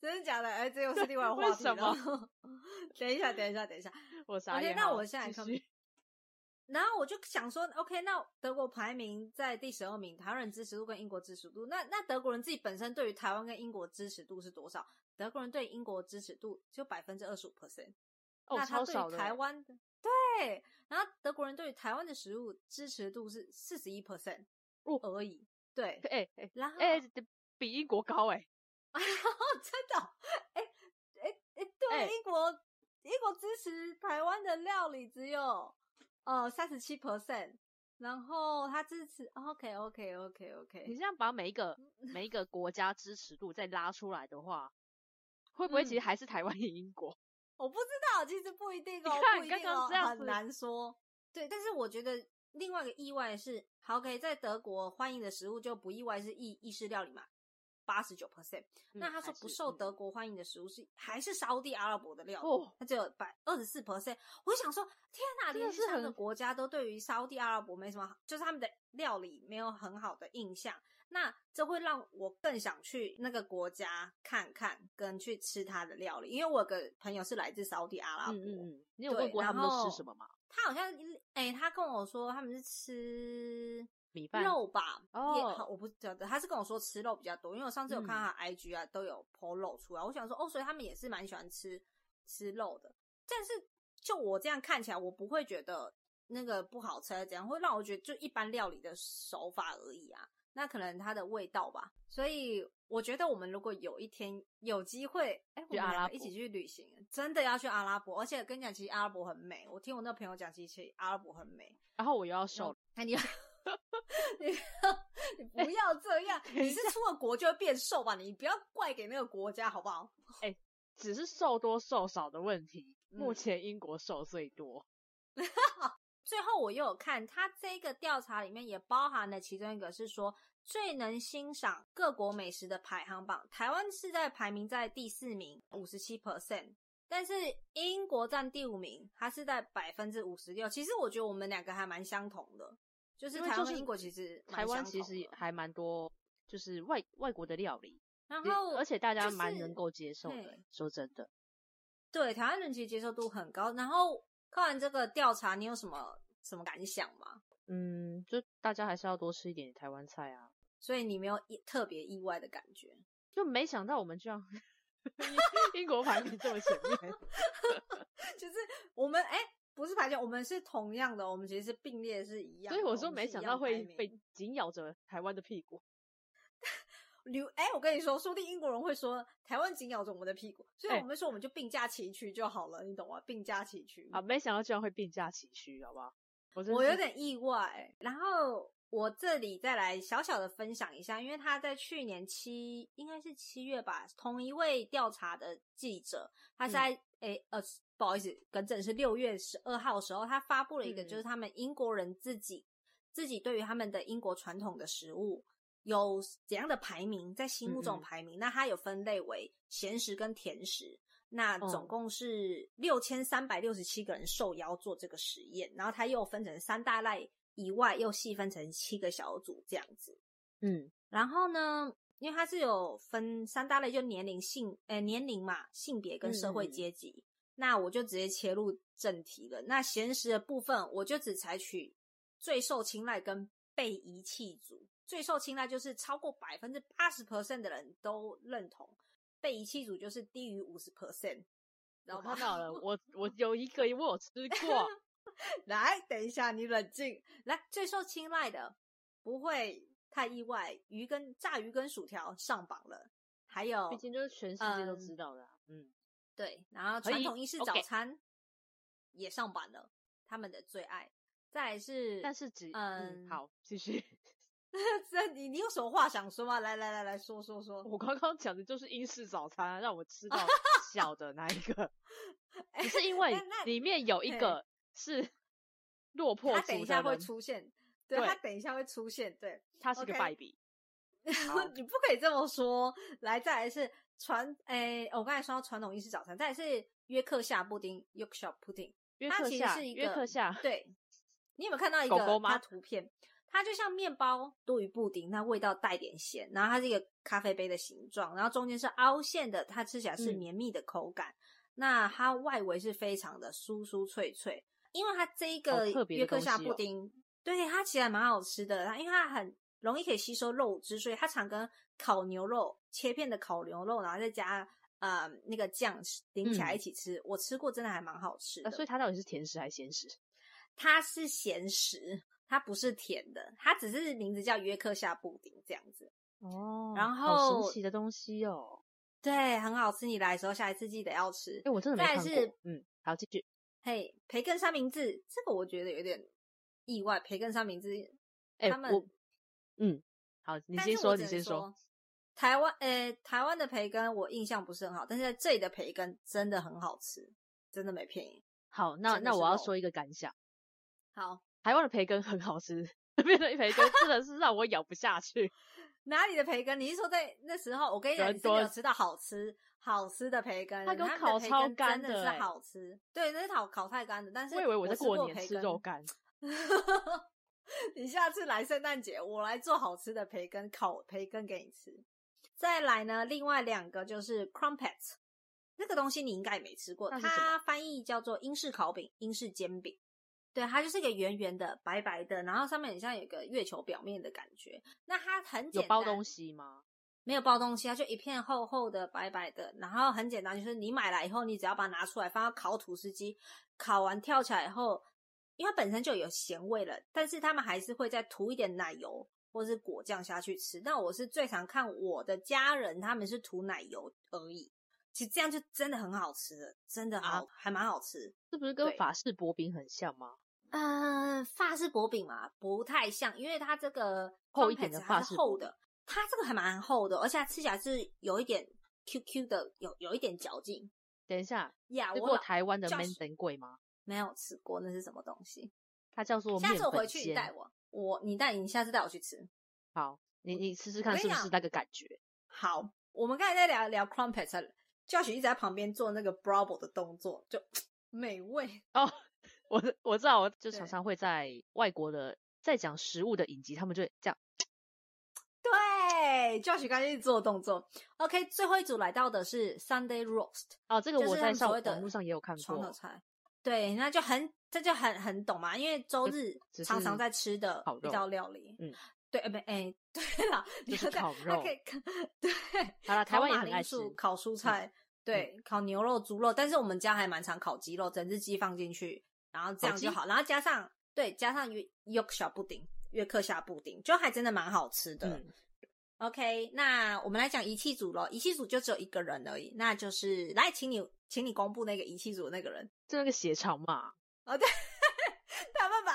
[SPEAKER 3] 真的假的？哎、这又是 另外一个
[SPEAKER 2] 为
[SPEAKER 3] 话题
[SPEAKER 2] 什
[SPEAKER 3] 了。 等一下，等一下，等一下。
[SPEAKER 2] 我傻
[SPEAKER 3] OK，
[SPEAKER 2] 眼。
[SPEAKER 3] 那
[SPEAKER 2] 好
[SPEAKER 3] 我现在
[SPEAKER 2] 继
[SPEAKER 3] 看
[SPEAKER 2] 续
[SPEAKER 3] 然后我就想说，OK，那德国排名在第十二名，台湾人支持度跟英国支持度，那那德国人自己本身对于台湾跟英国支持度是多少？德国人对英国支持度就百分之二十五 percent，
[SPEAKER 2] 哦，
[SPEAKER 3] 那他
[SPEAKER 2] 超
[SPEAKER 3] 对
[SPEAKER 2] 少
[SPEAKER 3] 于
[SPEAKER 2] 的
[SPEAKER 3] 台
[SPEAKER 2] 欸。
[SPEAKER 3] 湾的对，然后德国人对于台湾的食物支持度是四十一 percent
[SPEAKER 2] 哦
[SPEAKER 3] 而已，对，
[SPEAKER 2] 哎哎
[SPEAKER 3] 然后
[SPEAKER 2] 哎，比英国高哎。
[SPEAKER 3] 啊， 真的哦，哎哎哎，
[SPEAKER 2] 哎
[SPEAKER 3] 对，英国英国支持台湾的料理只有呃三十七 percent，然后他支持 OK OK OK
[SPEAKER 2] 你
[SPEAKER 3] OK，
[SPEAKER 2] 这样把每一个
[SPEAKER 3] 嗯
[SPEAKER 2] 每一个国家支持度再拉出来的话，会不会其实
[SPEAKER 3] 嗯
[SPEAKER 2] 还是台湾 赢英国？
[SPEAKER 3] 我不知道，其实不一定哦
[SPEAKER 2] 你，看
[SPEAKER 3] 不一定
[SPEAKER 2] 刚刚
[SPEAKER 3] 哦，
[SPEAKER 2] 这样子
[SPEAKER 3] 很难说。对，但是我觉得另外一个意外是，好，OK，在德国欢迎的食物就不意外是意意式料理嘛，八十九 percent。那
[SPEAKER 2] 嗯
[SPEAKER 3] 他说
[SPEAKER 2] 还
[SPEAKER 3] 不
[SPEAKER 2] 是
[SPEAKER 3] 受
[SPEAKER 2] 嗯
[SPEAKER 3] 德国欢迎的食物是还是沙地阿拉伯的料理，
[SPEAKER 2] 哦
[SPEAKER 3] 它只有百二十四 percent。我就想说，天哪，
[SPEAKER 2] 真的
[SPEAKER 3] 连续
[SPEAKER 2] 是
[SPEAKER 3] 三个
[SPEAKER 2] 很
[SPEAKER 3] 国家都对于沙地阿拉伯没什么好，就是他们的料理没有很好的印象。那这会让我更想去那个国家看看，跟去吃它的料理，因为我有个朋友是来自沙地阿拉伯，
[SPEAKER 2] 嗯嗯嗯，你有
[SPEAKER 3] 啊对
[SPEAKER 2] 问过他们都
[SPEAKER 3] 然
[SPEAKER 2] 吃
[SPEAKER 3] 后
[SPEAKER 2] 什么吗？
[SPEAKER 3] 他好像哎、他跟我说他们是吃
[SPEAKER 2] 米饭。
[SPEAKER 3] 肉吧，
[SPEAKER 2] 哦嗯
[SPEAKER 3] 也好我不晓得，他是跟我说吃肉比较多，因为我上次有看到他 IG 啊、都有 PO 肉出来，我想说哦，所以他们也是蛮喜欢吃吃肉的，但是就我这样看起来，我不会觉得那个不好吃，怎样会让我觉得就一般料理的手法而已啊，那可能它的味道吧，所以。我觉得我们如果有一天有机会，哎、我
[SPEAKER 2] 去
[SPEAKER 3] 们
[SPEAKER 2] 阿
[SPEAKER 3] 两
[SPEAKER 2] 拉
[SPEAKER 3] 个一
[SPEAKER 2] 伯
[SPEAKER 3] 起去旅行，真的要去阿拉伯。而且跟你讲，其实阿拉伯很美。我听我那朋友讲，其实阿拉伯很美。
[SPEAKER 2] 然后我又要瘦了，
[SPEAKER 3] 哎， 你你你不要这样，
[SPEAKER 2] 等一
[SPEAKER 3] 你是出了国就会变瘦吧？你不要怪给那个国家好不好？
[SPEAKER 2] 只是瘦多瘦少的问题。目
[SPEAKER 3] 嗯
[SPEAKER 2] 前英国瘦最多。
[SPEAKER 3] 最后我又有看，它这个调查里面也包含了其中一个是说最能欣赏各国美食的排行榜，台湾是在排名在第四名，五十七 percent。但是英国占第五名，它是在百分之五十六。其实我觉得我们两个还蛮相同的，就是
[SPEAKER 2] 因为
[SPEAKER 3] 台
[SPEAKER 2] 就
[SPEAKER 3] 湾和
[SPEAKER 2] 是
[SPEAKER 3] 英国其实蛮
[SPEAKER 2] 台湾
[SPEAKER 3] 相
[SPEAKER 2] 其
[SPEAKER 3] 同
[SPEAKER 2] 实
[SPEAKER 3] 的
[SPEAKER 2] 还蛮多，就是外外国的料理，
[SPEAKER 3] 然后
[SPEAKER 2] 而且大家
[SPEAKER 3] 就
[SPEAKER 2] 蛮
[SPEAKER 3] 是
[SPEAKER 2] 能够接受的
[SPEAKER 3] 对。
[SPEAKER 2] 说真的，
[SPEAKER 3] 对台湾人其实接受度很高。然后看完这个调查，你有什么什么感想吗？
[SPEAKER 2] 嗯，就大家还是要多吃一点台湾菜啊。
[SPEAKER 3] 所以你没有意特别意外的感觉？
[SPEAKER 2] 就没想到我们居然 英国排名这么前面，
[SPEAKER 3] 就是我们哎、不是排球，我们是同样的，我们其实是并列是 一样
[SPEAKER 2] 所
[SPEAKER 3] 的。哦
[SPEAKER 2] 以我
[SPEAKER 3] 我
[SPEAKER 2] 说
[SPEAKER 3] 们
[SPEAKER 2] 没
[SPEAKER 3] 是一
[SPEAKER 2] 想
[SPEAKER 3] 样
[SPEAKER 2] 到会
[SPEAKER 3] 排名
[SPEAKER 2] 被紧咬着台湾的屁股。
[SPEAKER 3] 留。哎、我跟你说，说不定英国人会说台湾紧咬着我们的屁股，所以
[SPEAKER 2] 哎
[SPEAKER 3] 我们说我们就并驾齐驱就好了，你懂吗？并驾齐驱
[SPEAKER 2] 啊，没想到居然会并驾齐驱，好不好？我真
[SPEAKER 3] 嗯我
[SPEAKER 2] 是
[SPEAKER 3] 有点意外。然后我这里再来小小的分享一下，因为他在去年七，应该是七月吧，同一位调查的记者，
[SPEAKER 2] 嗯
[SPEAKER 3] 他是在诶、呃，不好意思，更正是六月十二号的时候，他发布了一个，
[SPEAKER 2] 嗯
[SPEAKER 3] 就是他们英国人自己、自己对于他们的英国传统的食物。有怎样的排名，在心目
[SPEAKER 2] 嗯
[SPEAKER 3] 中
[SPEAKER 2] 嗯
[SPEAKER 3] 排名？那它有分类为咸食跟甜食。那
[SPEAKER 2] 嗯
[SPEAKER 3] 总共是六千三百六十七个人受邀做这个实验，然后它又分成三大类以外，又细分成七个小组这样子。
[SPEAKER 2] 嗯
[SPEAKER 3] 然后呢，因为它是有分三大类，就年龄、性，呃，年龄嘛、性别跟社会阶级。那我就直接切入正题了。那闲时的部分，我就只采取最受青睐跟被遗弃组。最受青睐就是超过百分之八十 percent 的人都认同，被遗弃组就是低于五十 percent，知道
[SPEAKER 2] 我
[SPEAKER 3] 吗
[SPEAKER 2] 看？到了，我我有一个，我有 吃过，
[SPEAKER 3] 来，等一下，你冷静。来，最受青睐的不会太意外，鱼跟炸鱼跟薯条上榜了，还有
[SPEAKER 2] 毕竟就是全世界都知
[SPEAKER 3] 嗯
[SPEAKER 2] 道的啊、嗯，
[SPEAKER 3] 对，然后
[SPEAKER 2] 可
[SPEAKER 3] 传
[SPEAKER 2] 以
[SPEAKER 3] 统英式
[SPEAKER 2] OK
[SPEAKER 3] 早餐也上榜了，他们的最爱。再来是，
[SPEAKER 2] 但是只嗯
[SPEAKER 3] 嗯
[SPEAKER 2] 好，继续。
[SPEAKER 3] 这你你有什么话想说吗？来来来来说说 说。
[SPEAKER 2] 我刚刚讲的就是英式早餐啊，让我吃 到小的那一个，
[SPEAKER 3] 哎
[SPEAKER 2] 只是因为
[SPEAKER 3] 那那
[SPEAKER 2] 里面有一
[SPEAKER 3] 嘿
[SPEAKER 2] 个是落魄
[SPEAKER 3] 他
[SPEAKER 2] 族的
[SPEAKER 3] 等
[SPEAKER 2] 人，
[SPEAKER 3] 一下会出现，对
[SPEAKER 2] 对
[SPEAKER 3] 他等一下会出现，对，
[SPEAKER 2] 他是个
[SPEAKER 3] OK
[SPEAKER 2] 败 笔。好
[SPEAKER 3] 你不可以这么说。来，再来是传，哎、我刚才说到传统英式早餐，再来是约克夏布丁 （Yorkshire pudding）。
[SPEAKER 2] 约
[SPEAKER 3] 它
[SPEAKER 2] 克
[SPEAKER 3] 其实
[SPEAKER 2] 夏，
[SPEAKER 3] 是一
[SPEAKER 2] 约
[SPEAKER 3] 个
[SPEAKER 2] 克夏，
[SPEAKER 3] 对，你有没有看到一
[SPEAKER 2] 狗
[SPEAKER 3] 个
[SPEAKER 2] 狗吗
[SPEAKER 3] 它图片？它就像面包多于布丁，那味道带点咸，然后它是一个咖啡杯的形状，然后中间是凹陷的，它吃起来是
[SPEAKER 2] 嗯
[SPEAKER 3] 绵密的口感。那它外围是非常的酥酥脆脆，因为它这一
[SPEAKER 2] 好
[SPEAKER 3] 个
[SPEAKER 2] 特别的
[SPEAKER 3] 约克夏
[SPEAKER 2] 东西哦
[SPEAKER 3] 布丁，对它其实还蛮好吃的，它因为它很容易可以吸收肉汁，所以它常跟烤牛肉切片的烤牛肉，然后再加呃那个酱淋起来
[SPEAKER 2] 嗯
[SPEAKER 3] 一起吃。我吃过，真的还蛮好吃的。
[SPEAKER 2] 呃那所以它到底是甜食还是咸食？
[SPEAKER 3] 它是咸食，它不是甜的，它只是名字叫约克夏布丁这样子。
[SPEAKER 2] 哦
[SPEAKER 3] 然
[SPEAKER 2] 好神
[SPEAKER 3] 后
[SPEAKER 2] 奇的东西哦！
[SPEAKER 3] 对，很好吃。你来的时候，下一次记得要吃
[SPEAKER 2] 哎、。我真的没
[SPEAKER 3] 再
[SPEAKER 2] 看过
[SPEAKER 3] 是。
[SPEAKER 2] 嗯，好，继续。
[SPEAKER 3] 嘿，培根三明治，这个我觉得有点意外。培根三明治，
[SPEAKER 2] 哎、
[SPEAKER 3] 他们
[SPEAKER 2] 我，嗯，好，你
[SPEAKER 3] 但
[SPEAKER 2] 先
[SPEAKER 3] 是我
[SPEAKER 2] 说，
[SPEAKER 3] 只
[SPEAKER 2] 你
[SPEAKER 3] 能
[SPEAKER 2] 先
[SPEAKER 3] 说。台湾，呃，台湾的培根我印象不是很好，但是在这里的培根真的很好吃，真的没骗你。
[SPEAKER 2] 好，那
[SPEAKER 3] 真的
[SPEAKER 2] 那
[SPEAKER 3] 是
[SPEAKER 2] 我要
[SPEAKER 3] 肉
[SPEAKER 2] 说一个感想，
[SPEAKER 3] 好，
[SPEAKER 2] 台湾的培根很好吃，这边的培根真的是让我咬不下去。
[SPEAKER 3] 哪里的培根？你是说在那时候？我跟你讲，
[SPEAKER 2] 伦
[SPEAKER 3] 你是没有
[SPEAKER 2] 敦
[SPEAKER 3] 吃到好吃好吃的培根，
[SPEAKER 2] 它给我
[SPEAKER 3] 他们的
[SPEAKER 2] 烤
[SPEAKER 3] 培
[SPEAKER 2] 超
[SPEAKER 3] 根
[SPEAKER 2] 干
[SPEAKER 3] 真的
[SPEAKER 2] 的欸
[SPEAKER 3] 是好吃。对，那是烤烤太干的，但是
[SPEAKER 2] 我以为我在
[SPEAKER 3] 吃
[SPEAKER 2] 过
[SPEAKER 3] 过
[SPEAKER 2] 年
[SPEAKER 3] 培
[SPEAKER 2] 吃
[SPEAKER 3] 根
[SPEAKER 2] 肉。干，
[SPEAKER 3] 你下次来圣诞节，我来做好吃的培根烤培根给你吃。再来呢，另外两个就是 crumpets，那个东西你应该也没吃过，
[SPEAKER 2] 那是什么
[SPEAKER 3] 它翻译叫做英式烤饼、英式煎饼。对，它就是一个圆圆的、白白的，然后上面很像有一个月球表面的感觉。那它很
[SPEAKER 2] 有
[SPEAKER 3] 简单，
[SPEAKER 2] 包东西吗？
[SPEAKER 3] 没有包东西，它啊就一片厚厚的、白白的，然后很简单，就是你买来以后，你只要把它拿出来放到烤吐司机，烤完跳起来以后，因为它本身就有咸味了，但是他们还是会再涂一点奶油或是果酱下去吃。但我是最常看我的家人他们是涂奶油而已，其实这样就真的很好吃了，真的好，还蛮好吃。
[SPEAKER 2] 这不是跟
[SPEAKER 3] 对
[SPEAKER 2] 法式薄饼很像吗？
[SPEAKER 3] 呃，法式薄饼嘛，不太像，因为它这个
[SPEAKER 2] 厚一点的
[SPEAKER 3] crumpets
[SPEAKER 2] 法
[SPEAKER 3] 它
[SPEAKER 2] 式
[SPEAKER 3] 是
[SPEAKER 2] 薄
[SPEAKER 3] 厚的，它这个还蛮厚的，而且它吃起来是有一点 Q Q 的，有有一点嚼劲。
[SPEAKER 2] 等一下，
[SPEAKER 3] 呀、
[SPEAKER 2] 吃
[SPEAKER 3] 啊我
[SPEAKER 2] 过
[SPEAKER 3] 老
[SPEAKER 2] 台湾的
[SPEAKER 3] 叫
[SPEAKER 2] m a n d a n 贵吗？
[SPEAKER 3] 没有吃过，那是什么东西？
[SPEAKER 2] 它叫做
[SPEAKER 3] 下
[SPEAKER 2] 面
[SPEAKER 3] 次我
[SPEAKER 2] 粉
[SPEAKER 3] 回去你
[SPEAKER 2] 煎。
[SPEAKER 3] 带我，我你带你下次带我去吃。
[SPEAKER 2] 好，你你试试
[SPEAKER 3] 跟
[SPEAKER 2] 看
[SPEAKER 3] 你
[SPEAKER 2] 是不是
[SPEAKER 3] 讲
[SPEAKER 2] 那个感觉？
[SPEAKER 3] 好，我们刚才在聊聊 crumpets，Josh 一直在旁边做那个 bravo 的动作，就美味。
[SPEAKER 2] 哦，我我知道，我就
[SPEAKER 3] 对
[SPEAKER 2] 常常会在外国的在讲食物的影集，他们就会这样。
[SPEAKER 3] 对，Josh 刚才做动作。OK，最后一组来到的是 Sunday Roast，
[SPEAKER 2] 哦，这个
[SPEAKER 3] 就
[SPEAKER 2] 我
[SPEAKER 3] 是他
[SPEAKER 2] 在
[SPEAKER 3] 们
[SPEAKER 2] 上
[SPEAKER 3] 所谓的
[SPEAKER 2] 网络上也有看
[SPEAKER 3] 床头
[SPEAKER 2] 过，
[SPEAKER 3] 菜。对，那就很这就很很懂嘛，因为周日
[SPEAKER 2] 只是
[SPEAKER 3] 常常在吃的
[SPEAKER 2] 烤肉
[SPEAKER 3] 一道料理。
[SPEAKER 2] 嗯，
[SPEAKER 3] 对，呃不，哎， 对了，你
[SPEAKER 2] 就是
[SPEAKER 3] 要在
[SPEAKER 2] 烤
[SPEAKER 3] 它
[SPEAKER 2] 肉
[SPEAKER 3] 可以对，
[SPEAKER 2] 好啦台
[SPEAKER 3] 烤
[SPEAKER 2] 湾也
[SPEAKER 3] 马
[SPEAKER 2] 很
[SPEAKER 3] 铃
[SPEAKER 2] 爱
[SPEAKER 3] 薯
[SPEAKER 2] 吃嗯
[SPEAKER 3] 烤蔬菜，对，烤牛肉、猪肉，但是我们家还蛮常烤鸡肉，整只鸡放进去，然后这样
[SPEAKER 2] 烤鸡
[SPEAKER 3] 就好，然后加上对，加上约约克夏布丁，约克夏布丁，就还真的蛮好吃的。
[SPEAKER 2] 嗯，
[SPEAKER 3] OK，那我们来讲仪器组咯。仪器组就只有一个人而已，那就是来，请你，请你公布那个仪器组的那个人。
[SPEAKER 2] 就那个血肠嘛，
[SPEAKER 3] 哦，对， 他们把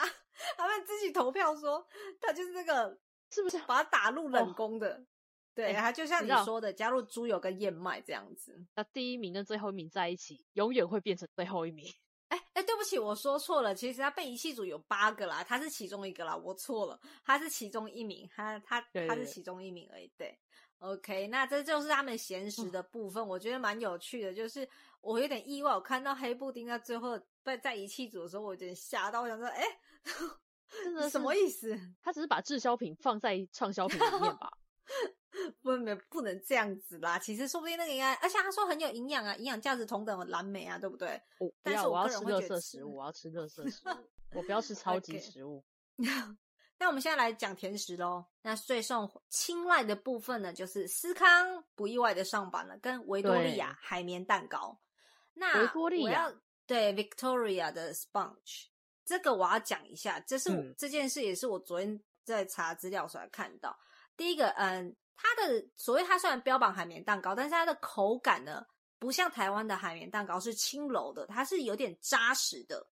[SPEAKER 3] 他们自己投票说他就是哦那个
[SPEAKER 2] 是不是？
[SPEAKER 3] 把他打入冷宫的。对，
[SPEAKER 2] 哎
[SPEAKER 3] 他就像
[SPEAKER 2] 你
[SPEAKER 3] 你
[SPEAKER 2] 知道
[SPEAKER 3] 说的，加入猪油跟燕麦这样子。
[SPEAKER 2] 那第一名跟最后一名在一起，永远会变成最后一 名。
[SPEAKER 3] 哎哎，对不起，我说错了。其实他被遗弃组有八个啦，他是其中一个啦，我错了，他是其中一名，他他
[SPEAKER 2] 对
[SPEAKER 3] 他
[SPEAKER 2] 对
[SPEAKER 3] 是
[SPEAKER 2] 对
[SPEAKER 3] 其中一名而已。对，OK，那这就是他们闲时的部分，我觉得蛮有趣的。就是我有点意外，我看到黑布丁在最后被在遗弃组的时候，我有点吓到，我想说，哎，
[SPEAKER 2] 真的
[SPEAKER 3] 什么
[SPEAKER 2] 是
[SPEAKER 3] 意思？
[SPEAKER 2] 他只是把滞销品放在畅销品里面 吧？
[SPEAKER 3] 不没不能这样子啦。其实说不定那个应该，而且他说很有营养啊，营养价值同等的蓝莓啊，对不对？
[SPEAKER 2] 我不
[SPEAKER 3] 但是
[SPEAKER 2] 要，
[SPEAKER 3] 我
[SPEAKER 2] 我要
[SPEAKER 3] 个人
[SPEAKER 2] 吃
[SPEAKER 3] 会
[SPEAKER 2] 热
[SPEAKER 3] 觉
[SPEAKER 2] 色
[SPEAKER 3] 得吃
[SPEAKER 2] 食 物，我要吃热色食物，我不要吃超级
[SPEAKER 3] OK
[SPEAKER 2] 食物。
[SPEAKER 3] 那我们现在来讲甜食喽。那最受青睐的部分呢，就是司康不意外的上榜了，跟维多利亚海绵蛋糕。那
[SPEAKER 2] 维多利亚
[SPEAKER 3] 我要对 Victoria 的 sponge，这个我要讲一下，这是我、
[SPEAKER 2] 嗯
[SPEAKER 3] 这件事也是我昨天在查资料时候看到。第一个，嗯，它的所谓它虽然标榜海绵蛋糕，但是它的口感呢，不像台湾的海绵蛋糕是轻柔的，它是有点扎实的。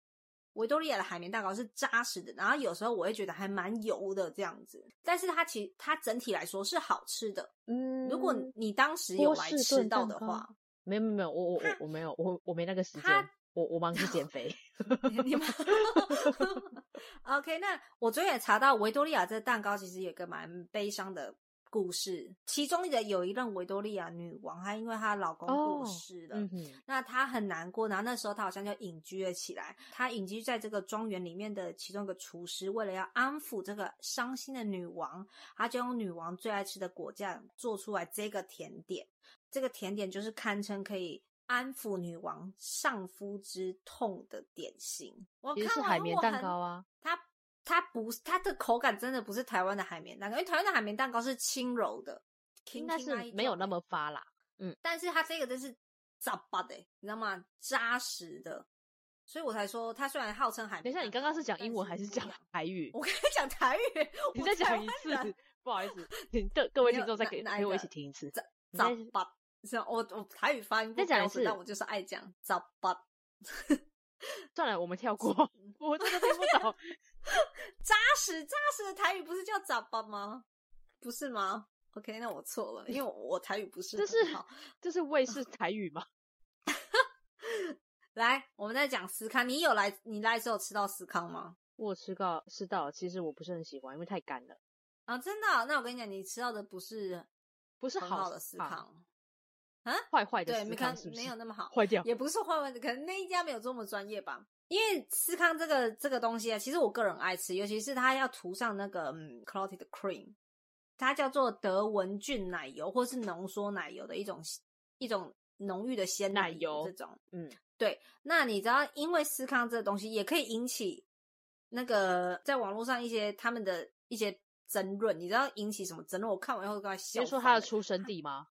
[SPEAKER 3] 维多利亚的海绵蛋糕是扎实的，然后有时候我会觉得还蛮油的这样子，但是它其实它整体来说是好吃的。
[SPEAKER 2] 嗯
[SPEAKER 3] 如果你当时有来吃到的
[SPEAKER 2] 波士顿蛋
[SPEAKER 3] 话，
[SPEAKER 2] 没有没有没有，我我
[SPEAKER 3] 他
[SPEAKER 2] 我我没有，我我没那个时间
[SPEAKER 3] 他，
[SPEAKER 2] 我我忙着减肥。
[SPEAKER 3] 你们 OK？那我昨天也查到维多利亚这蛋糕其实有一个蛮悲伤的故事，其中的有一任维多利亚女王，她因为她老公
[SPEAKER 2] 哦
[SPEAKER 3] 过世了，
[SPEAKER 2] 嗯哼，
[SPEAKER 3] 那她很难过，然后那时候她好像就隐居了起来。她隐居在这个庄园里面的其中一个厨师，为了要安抚这个伤心的女王，她就用女王最爱吃的果酱做出来这个甜点。这个甜点就是堪称可以安抚女王丧夫之痛的点心。我
[SPEAKER 2] 其实
[SPEAKER 3] 看
[SPEAKER 2] 是
[SPEAKER 3] 完
[SPEAKER 2] 海
[SPEAKER 3] 后
[SPEAKER 2] 绵
[SPEAKER 3] 我
[SPEAKER 2] 蛋
[SPEAKER 3] 很
[SPEAKER 2] 糕啊，
[SPEAKER 3] 它它不是它的口感真的不是台湾的海绵蛋糕，因为台湾的海绵蛋糕是轻柔的，
[SPEAKER 2] 应该
[SPEAKER 3] 轻轻
[SPEAKER 2] 是没有那
[SPEAKER 3] 一种
[SPEAKER 2] 么发啦。
[SPEAKER 3] 但是它这个真是扎巴的欸，你知道吗？扎实的，所以我才说它虽然号称海绵
[SPEAKER 2] 等
[SPEAKER 3] 蛋糕，
[SPEAKER 2] 一下，你刚刚是讲英文还
[SPEAKER 3] 但
[SPEAKER 2] 是
[SPEAKER 3] 是不一
[SPEAKER 2] 讲
[SPEAKER 3] 样
[SPEAKER 2] 台语？
[SPEAKER 3] 我刚才讲台语，
[SPEAKER 2] 你
[SPEAKER 3] 我
[SPEAKER 2] 再
[SPEAKER 3] 台
[SPEAKER 2] 讲
[SPEAKER 3] 湾
[SPEAKER 2] 一
[SPEAKER 3] 人
[SPEAKER 2] 次，不好意思，请各各位
[SPEAKER 3] 没有
[SPEAKER 2] 听众再
[SPEAKER 3] 哪
[SPEAKER 2] 给
[SPEAKER 3] 哪一
[SPEAKER 2] 陪我一
[SPEAKER 3] 个
[SPEAKER 2] 起听一次。你
[SPEAKER 3] 扎
[SPEAKER 2] 再
[SPEAKER 3] 巴，是啊我我台语发音不
[SPEAKER 2] 再讲一
[SPEAKER 3] 标准
[SPEAKER 2] 次
[SPEAKER 3] 但我就是爱讲扎巴
[SPEAKER 2] 算了，我们跳过，我真的听不懂。
[SPEAKER 3] 扎实扎实的台语不是叫扎巴吗？不是吗？OK，那我错了，因为我我台语不是
[SPEAKER 2] 这
[SPEAKER 3] 很
[SPEAKER 2] 是
[SPEAKER 3] 好。
[SPEAKER 2] 这是卫视台语吗？
[SPEAKER 3] 来，我们再讲司康，你有来你来的时候有吃到司康吗？
[SPEAKER 2] 我有吃到吃到，其实我不是很喜欢，因为太干了，
[SPEAKER 3] 啊，真的啊、那我跟你讲，你吃到的不是
[SPEAKER 2] 不是
[SPEAKER 3] 很好
[SPEAKER 2] 好
[SPEAKER 3] 的司
[SPEAKER 2] 康
[SPEAKER 3] 康，
[SPEAKER 2] 坏坏的
[SPEAKER 3] 对，
[SPEAKER 2] 思
[SPEAKER 3] 没
[SPEAKER 2] 康
[SPEAKER 3] 看
[SPEAKER 2] 是不是
[SPEAKER 3] 没有那么好，
[SPEAKER 2] 坏掉？
[SPEAKER 3] 也不是坏坏的，可能那一家没有这么专业吧。因为司康这个这个东西啊，其实我个人爱吃，尤其是它要涂上那个嗯 clotted cream，它叫做德文郡奶油或是浓缩奶油的一种一种浓郁的鲜
[SPEAKER 2] 奶油
[SPEAKER 3] 油这种。
[SPEAKER 2] 嗯，
[SPEAKER 3] 对，那你知道，因为思康这个东西也可以引起那个在网络上一些他们的一些争论，你知道引起什么争论？我看完以后跟他
[SPEAKER 2] 你
[SPEAKER 3] 笑
[SPEAKER 2] 是
[SPEAKER 3] 翻了。
[SPEAKER 2] 说他的出生地吗？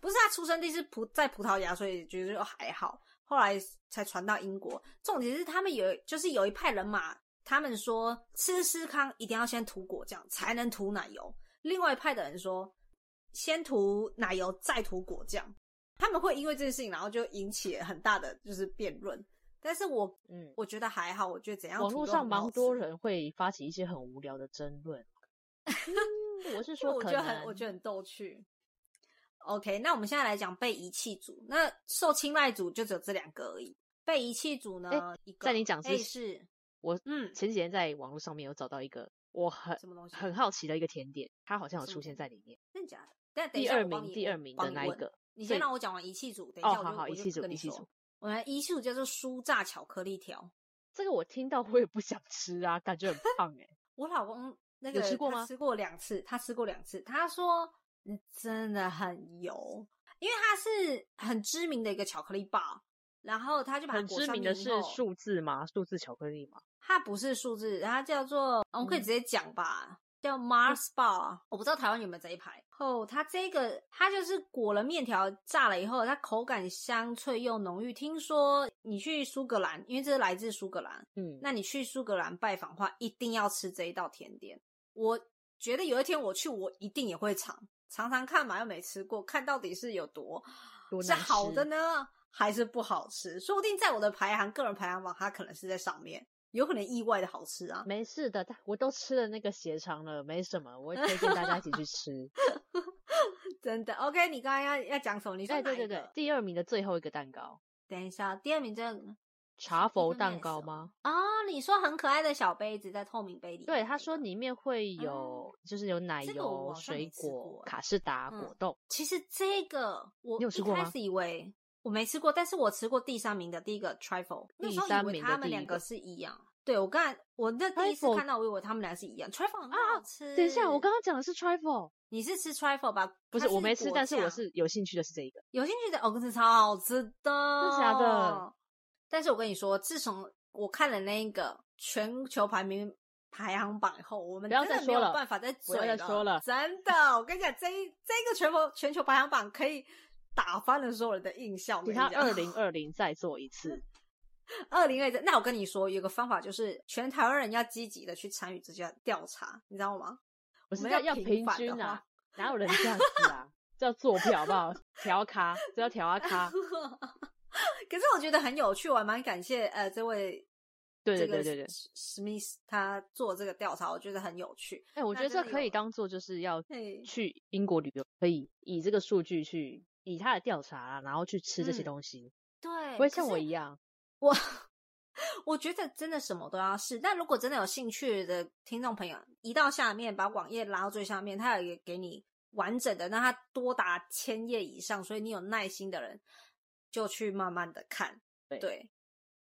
[SPEAKER 3] 不是他啊出生地是葡在葡萄牙，所以觉得就还好。后来才传到英国。重点是他们有就是有一派人马，他们说吃司康一定要先涂果酱才能涂奶油，另外一派的人说先涂奶油再涂果酱。他们会因为这件事情，然后就引起很大的就是辩论。但是我
[SPEAKER 2] 嗯，
[SPEAKER 3] 我觉得还好，我觉得怎样
[SPEAKER 2] 网
[SPEAKER 3] 涂
[SPEAKER 2] 络
[SPEAKER 3] 都
[SPEAKER 2] 上
[SPEAKER 3] 很好
[SPEAKER 2] 蛮多
[SPEAKER 3] 吃，
[SPEAKER 2] 人会发起一些很无聊的争论。嗯我是
[SPEAKER 3] 因为
[SPEAKER 2] 说，
[SPEAKER 3] 我
[SPEAKER 2] 可
[SPEAKER 3] 觉得很我
[SPEAKER 2] 能
[SPEAKER 3] 觉得很逗趣。OK，那我们现在来讲被遗弃组，那受青睐组就只有这两个而已。被遗弃组呢，
[SPEAKER 2] 哎
[SPEAKER 3] 一个
[SPEAKER 2] 在你讲之
[SPEAKER 3] A
[SPEAKER 2] 前
[SPEAKER 3] 是
[SPEAKER 2] 我
[SPEAKER 3] 嗯
[SPEAKER 2] 前几天在网络上面有找到一个我很
[SPEAKER 3] 什么东西？
[SPEAKER 2] 很好奇的一个甜点，它好像有
[SPEAKER 3] 什么
[SPEAKER 2] 出现
[SPEAKER 3] 甜
[SPEAKER 2] 在里面。
[SPEAKER 3] 真的假的？但等一
[SPEAKER 2] 第
[SPEAKER 3] 下
[SPEAKER 2] 二
[SPEAKER 3] 我帮
[SPEAKER 2] 名，
[SPEAKER 3] 你
[SPEAKER 2] 第二名的那一，
[SPEAKER 3] 我帮你问
[SPEAKER 2] 个，
[SPEAKER 3] 你
[SPEAKER 2] 所
[SPEAKER 3] 先
[SPEAKER 2] 以
[SPEAKER 3] 让我讲完遗弃组，等一
[SPEAKER 2] 哦
[SPEAKER 3] 下我就、
[SPEAKER 2] 好好
[SPEAKER 3] 我
[SPEAKER 2] 遗
[SPEAKER 3] 就
[SPEAKER 2] 弃组
[SPEAKER 3] 跟你
[SPEAKER 2] 遗弃
[SPEAKER 3] 说
[SPEAKER 2] 组
[SPEAKER 3] 我们遗弃组叫做酥炸巧克力条，
[SPEAKER 2] 这个我听到我也不想吃啊，感觉很胖哎、
[SPEAKER 3] 我老公那个
[SPEAKER 2] 有吃过吗
[SPEAKER 3] 他吃过两次，他吃过两次，他说嗯真的很油，因为它是很知名的一个巧克力棒，然后他就把它
[SPEAKER 2] 很
[SPEAKER 3] 裹
[SPEAKER 2] 知
[SPEAKER 3] 上
[SPEAKER 2] 名的
[SPEAKER 3] 面以
[SPEAKER 2] 是
[SPEAKER 3] 后
[SPEAKER 2] 数字吗？数字巧克力吗？
[SPEAKER 3] 它不是数字，它叫做，啊我可以
[SPEAKER 2] 嗯
[SPEAKER 3] 直接讲吧，叫 Mars Bar，、我不知道台湾有没有这一排。后它这个，它就是裹了面条炸了以后，它口感香脆又浓郁。听说你去苏格兰，因为这是来自苏格兰，
[SPEAKER 2] 嗯，
[SPEAKER 3] 那你去苏格兰拜访的话，一定要吃这一道甜点。我觉得有一天我去，我一定也会尝尝尝看嘛，又没吃过，看到底是有多
[SPEAKER 2] 多
[SPEAKER 3] 是
[SPEAKER 2] 难
[SPEAKER 3] 好
[SPEAKER 2] 吃
[SPEAKER 3] 的呢，还是不好吃？说不定在我的排行个人排行榜，它可能是在上面，有可能意外的好吃啊。
[SPEAKER 2] 没事的，但我都吃了那个血肠了，没什么，我会推荐大家一起去 吃。
[SPEAKER 3] 真的，OK，你刚刚要要讲什么？你说
[SPEAKER 2] 哎对对
[SPEAKER 3] 哪一
[SPEAKER 2] 对
[SPEAKER 3] 个
[SPEAKER 2] 对，第二名的最后一个蛋糕，
[SPEAKER 3] 等一下，第二名这个
[SPEAKER 2] 茶
[SPEAKER 3] 佛
[SPEAKER 2] 佛蛋糕吗？？
[SPEAKER 3] 哦，你说很可爱的小杯子在透明杯里面那个，哦
[SPEAKER 2] 对，他说里面会有，就是有奶
[SPEAKER 3] 这个我
[SPEAKER 2] 油、
[SPEAKER 3] 好像没
[SPEAKER 2] 水
[SPEAKER 3] 吃
[SPEAKER 2] 果
[SPEAKER 3] 过、
[SPEAKER 2] 卡士达、
[SPEAKER 3] 嗯
[SPEAKER 2] 果冻。
[SPEAKER 3] 其实这个我
[SPEAKER 2] 你有吃过
[SPEAKER 3] 一
[SPEAKER 2] 吗
[SPEAKER 3] 开始以为我没吃过，但是我吃过第三名的第一个 trifle，那时候
[SPEAKER 2] 第三
[SPEAKER 3] 以为
[SPEAKER 2] 名的
[SPEAKER 3] 他们
[SPEAKER 2] 第一
[SPEAKER 3] 两个
[SPEAKER 2] 个
[SPEAKER 3] 是一样。对我刚才我那第一次
[SPEAKER 2] Trifle
[SPEAKER 3] 看到，我以为他们俩是一样。trifle 很
[SPEAKER 2] 啊
[SPEAKER 3] 好吃。
[SPEAKER 2] 等一下，我刚刚讲的是 trifle，
[SPEAKER 3] 你是吃 trifle 吧？
[SPEAKER 2] 不
[SPEAKER 3] 它
[SPEAKER 2] 是我没吃，
[SPEAKER 3] 果
[SPEAKER 2] 但是我
[SPEAKER 3] 酱
[SPEAKER 2] 是有兴趣的是这一个。
[SPEAKER 3] 有兴趣的，哦，可是超好吃的，真
[SPEAKER 2] 的假的？
[SPEAKER 3] 但是我跟你说，自从我看了那个全球排名排行榜以后，我们
[SPEAKER 2] 不要
[SPEAKER 3] 真的
[SPEAKER 2] 再
[SPEAKER 3] 没有
[SPEAKER 2] 说了
[SPEAKER 3] 办法再
[SPEAKER 2] 不要
[SPEAKER 3] 嘴
[SPEAKER 2] 再说了
[SPEAKER 3] 真的，我跟你讲，这一这个全球全球排行榜可以打翻了所有人的印象。我
[SPEAKER 2] 请
[SPEAKER 3] 跟
[SPEAKER 2] 他
[SPEAKER 3] 你讲
[SPEAKER 2] 二零二零再做一 次，
[SPEAKER 3] 二零二零，那我跟你说，有个方法就是全台湾人要积极的去参与这项调查，你知道吗？
[SPEAKER 2] 我
[SPEAKER 3] 我
[SPEAKER 2] 是
[SPEAKER 3] 们
[SPEAKER 2] 要
[SPEAKER 3] 要
[SPEAKER 2] 要
[SPEAKER 3] 平
[SPEAKER 2] 平
[SPEAKER 3] 反的
[SPEAKER 2] 均
[SPEAKER 3] 话
[SPEAKER 2] 啊，哪有人这样子啊？叫做票好不好？调咖，这叫调啊 咖。
[SPEAKER 3] 可是我觉得很有趣，我还蛮感谢呃这位
[SPEAKER 2] 对
[SPEAKER 3] 这
[SPEAKER 2] 对
[SPEAKER 3] 个
[SPEAKER 2] 对对对。
[SPEAKER 3] 史史密斯他做这个调查，我觉得很有趣。
[SPEAKER 2] 哎，我
[SPEAKER 3] 那
[SPEAKER 2] 觉得
[SPEAKER 3] 真
[SPEAKER 2] 这
[SPEAKER 3] 的
[SPEAKER 2] 可以
[SPEAKER 3] 有
[SPEAKER 2] 当做就是要
[SPEAKER 3] 嘿
[SPEAKER 2] 去英国旅游，可以以这个数据去以他的调查啊，然后去吃这些
[SPEAKER 3] 嗯
[SPEAKER 2] 东西，
[SPEAKER 3] 对，
[SPEAKER 2] 不会
[SPEAKER 3] 可
[SPEAKER 2] 像
[SPEAKER 3] 是
[SPEAKER 2] 我一样。
[SPEAKER 3] 我 我觉得真的什么都要试。但如果真的有兴趣的听众朋友，移到下面，把网页拉到最下面，它有一个给你完整的，那它多达千页以上，所以你有耐心的人就去慢慢的看，
[SPEAKER 2] 对
[SPEAKER 3] 对。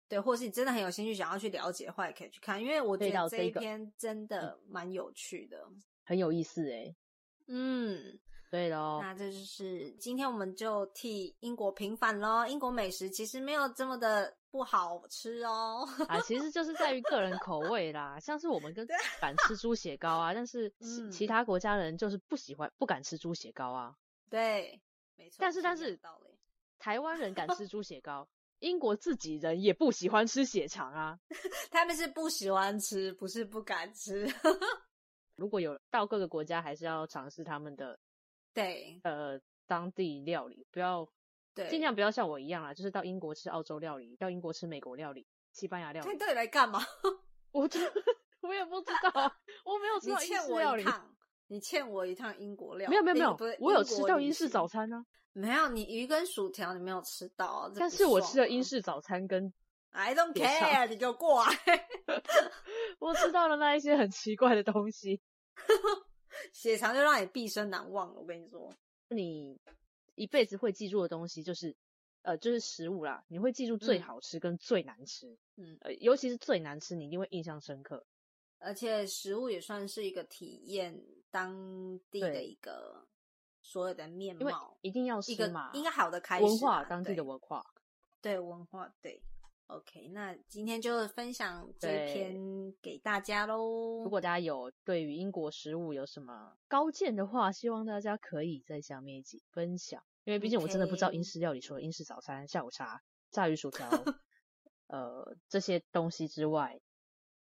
[SPEAKER 3] 对，或是你真的很有兴趣想要去了解的话，也可以去看，因为我觉
[SPEAKER 2] 对
[SPEAKER 3] 得
[SPEAKER 2] 到
[SPEAKER 3] 这
[SPEAKER 2] 这
[SPEAKER 3] 一
[SPEAKER 2] 个嗯
[SPEAKER 3] 篇真的蛮有趣的。
[SPEAKER 2] 很有意思哎、
[SPEAKER 3] 嗯，
[SPEAKER 2] 对喽，
[SPEAKER 3] 那这就是今天我们就替英国平反喽。英国美食其实没有这么的不好吃哦。
[SPEAKER 2] 啊，其实就是在于个人口味啦。像是我们跟敢吃猪血糕啊，但是其
[SPEAKER 3] 嗯
[SPEAKER 2] 其他国家人就是不喜欢、不敢吃猪血糕啊。
[SPEAKER 3] 对，没错。
[SPEAKER 2] 但是但
[SPEAKER 3] 一样
[SPEAKER 2] 是
[SPEAKER 3] 的道理，
[SPEAKER 2] 台湾人敢吃猪血糕，英国自己人也不喜欢吃血肠啊。
[SPEAKER 3] 他们是不喜欢吃，不是不敢吃。
[SPEAKER 2] 如果有到各个国家，还是要尝试他们的
[SPEAKER 3] 对
[SPEAKER 2] 呃当地料理，不要
[SPEAKER 3] 对，
[SPEAKER 2] 尽量不要像我一样啦，就是到英国吃澳洲料理，到英国吃美国料理、西班牙料
[SPEAKER 3] 他
[SPEAKER 2] 理，
[SPEAKER 3] 到底来 干嘛？
[SPEAKER 2] 我就 我也不知道啊， 我没有吃
[SPEAKER 3] 你
[SPEAKER 2] 到英
[SPEAKER 3] 欠
[SPEAKER 2] 式
[SPEAKER 3] 我
[SPEAKER 2] 料
[SPEAKER 3] 一
[SPEAKER 2] 理，
[SPEAKER 3] 趟，你欠我一趟英国料。
[SPEAKER 2] 没有没有没
[SPEAKER 3] 英不
[SPEAKER 2] 有
[SPEAKER 3] 是，
[SPEAKER 2] 我有吃到英式早
[SPEAKER 3] 餐。
[SPEAKER 2] 餐啊，
[SPEAKER 3] 没有，你鱼跟薯条你没有吃到啊，这
[SPEAKER 2] 但
[SPEAKER 3] 不
[SPEAKER 2] 是我
[SPEAKER 3] 爽
[SPEAKER 2] 吃了
[SPEAKER 3] 啊
[SPEAKER 2] 英。式早餐跟
[SPEAKER 3] I don't
[SPEAKER 2] 也差
[SPEAKER 3] care，你给我过来。
[SPEAKER 2] 我吃到了那一些很奇怪的东西。
[SPEAKER 3] 血肠就让你毕生难忘了，我跟你说。
[SPEAKER 2] 你一辈子会记住的东西就是，呃，就是食物啦，你会记住最
[SPEAKER 3] 嗯
[SPEAKER 2] 好吃跟最难吃，
[SPEAKER 3] 嗯，
[SPEAKER 2] 呃，尤其是最难吃，你一定会印象深刻。
[SPEAKER 3] 而且食物也算是一个体验当地的
[SPEAKER 2] 对
[SPEAKER 3] 一个所有的面
[SPEAKER 2] 因为
[SPEAKER 3] 貌，
[SPEAKER 2] 一定要
[SPEAKER 3] 一
[SPEAKER 2] 吃
[SPEAKER 3] 个
[SPEAKER 2] 嘛，
[SPEAKER 3] 一个好的开始啊、
[SPEAKER 2] 文化，当地的
[SPEAKER 3] 对
[SPEAKER 2] 文化。
[SPEAKER 3] 对文化，对。OK，那今天就分享这
[SPEAKER 2] 对
[SPEAKER 3] 篇给大家喽。
[SPEAKER 2] 如果大家有对于英国食物有什么高见的话，希望大家可以在下面一起分享，因为毕竟我真的不知道
[SPEAKER 3] OK
[SPEAKER 2] 英式料理除了英式早餐、下午茶、炸鱼 薯条，呃这些东西之外，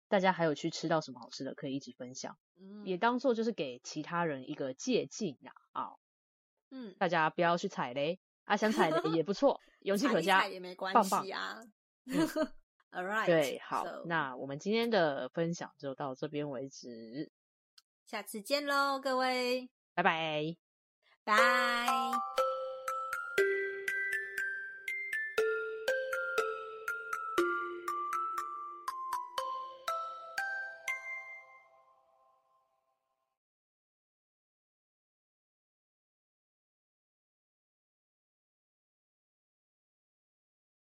[SPEAKER 2] 大家还有去吃到什么好吃的，可以一起分享，
[SPEAKER 3] 嗯
[SPEAKER 2] 也当做就是给其他人一个借鉴啊啊！
[SPEAKER 3] 嗯，
[SPEAKER 2] 大家不要去踩雷啊，想踩雷也不错，勇气
[SPEAKER 3] 踩
[SPEAKER 2] 可
[SPEAKER 3] 一
[SPEAKER 2] 嘉
[SPEAKER 3] 踩。也没关
[SPEAKER 2] 棒棒
[SPEAKER 3] 系啊。
[SPEAKER 2] 嗯
[SPEAKER 3] All right，
[SPEAKER 2] 对，好
[SPEAKER 3] so，
[SPEAKER 2] 那我们今天的分享就到这边为止，
[SPEAKER 3] 下次见喽，各位，
[SPEAKER 2] 拜拜。
[SPEAKER 3] 拜。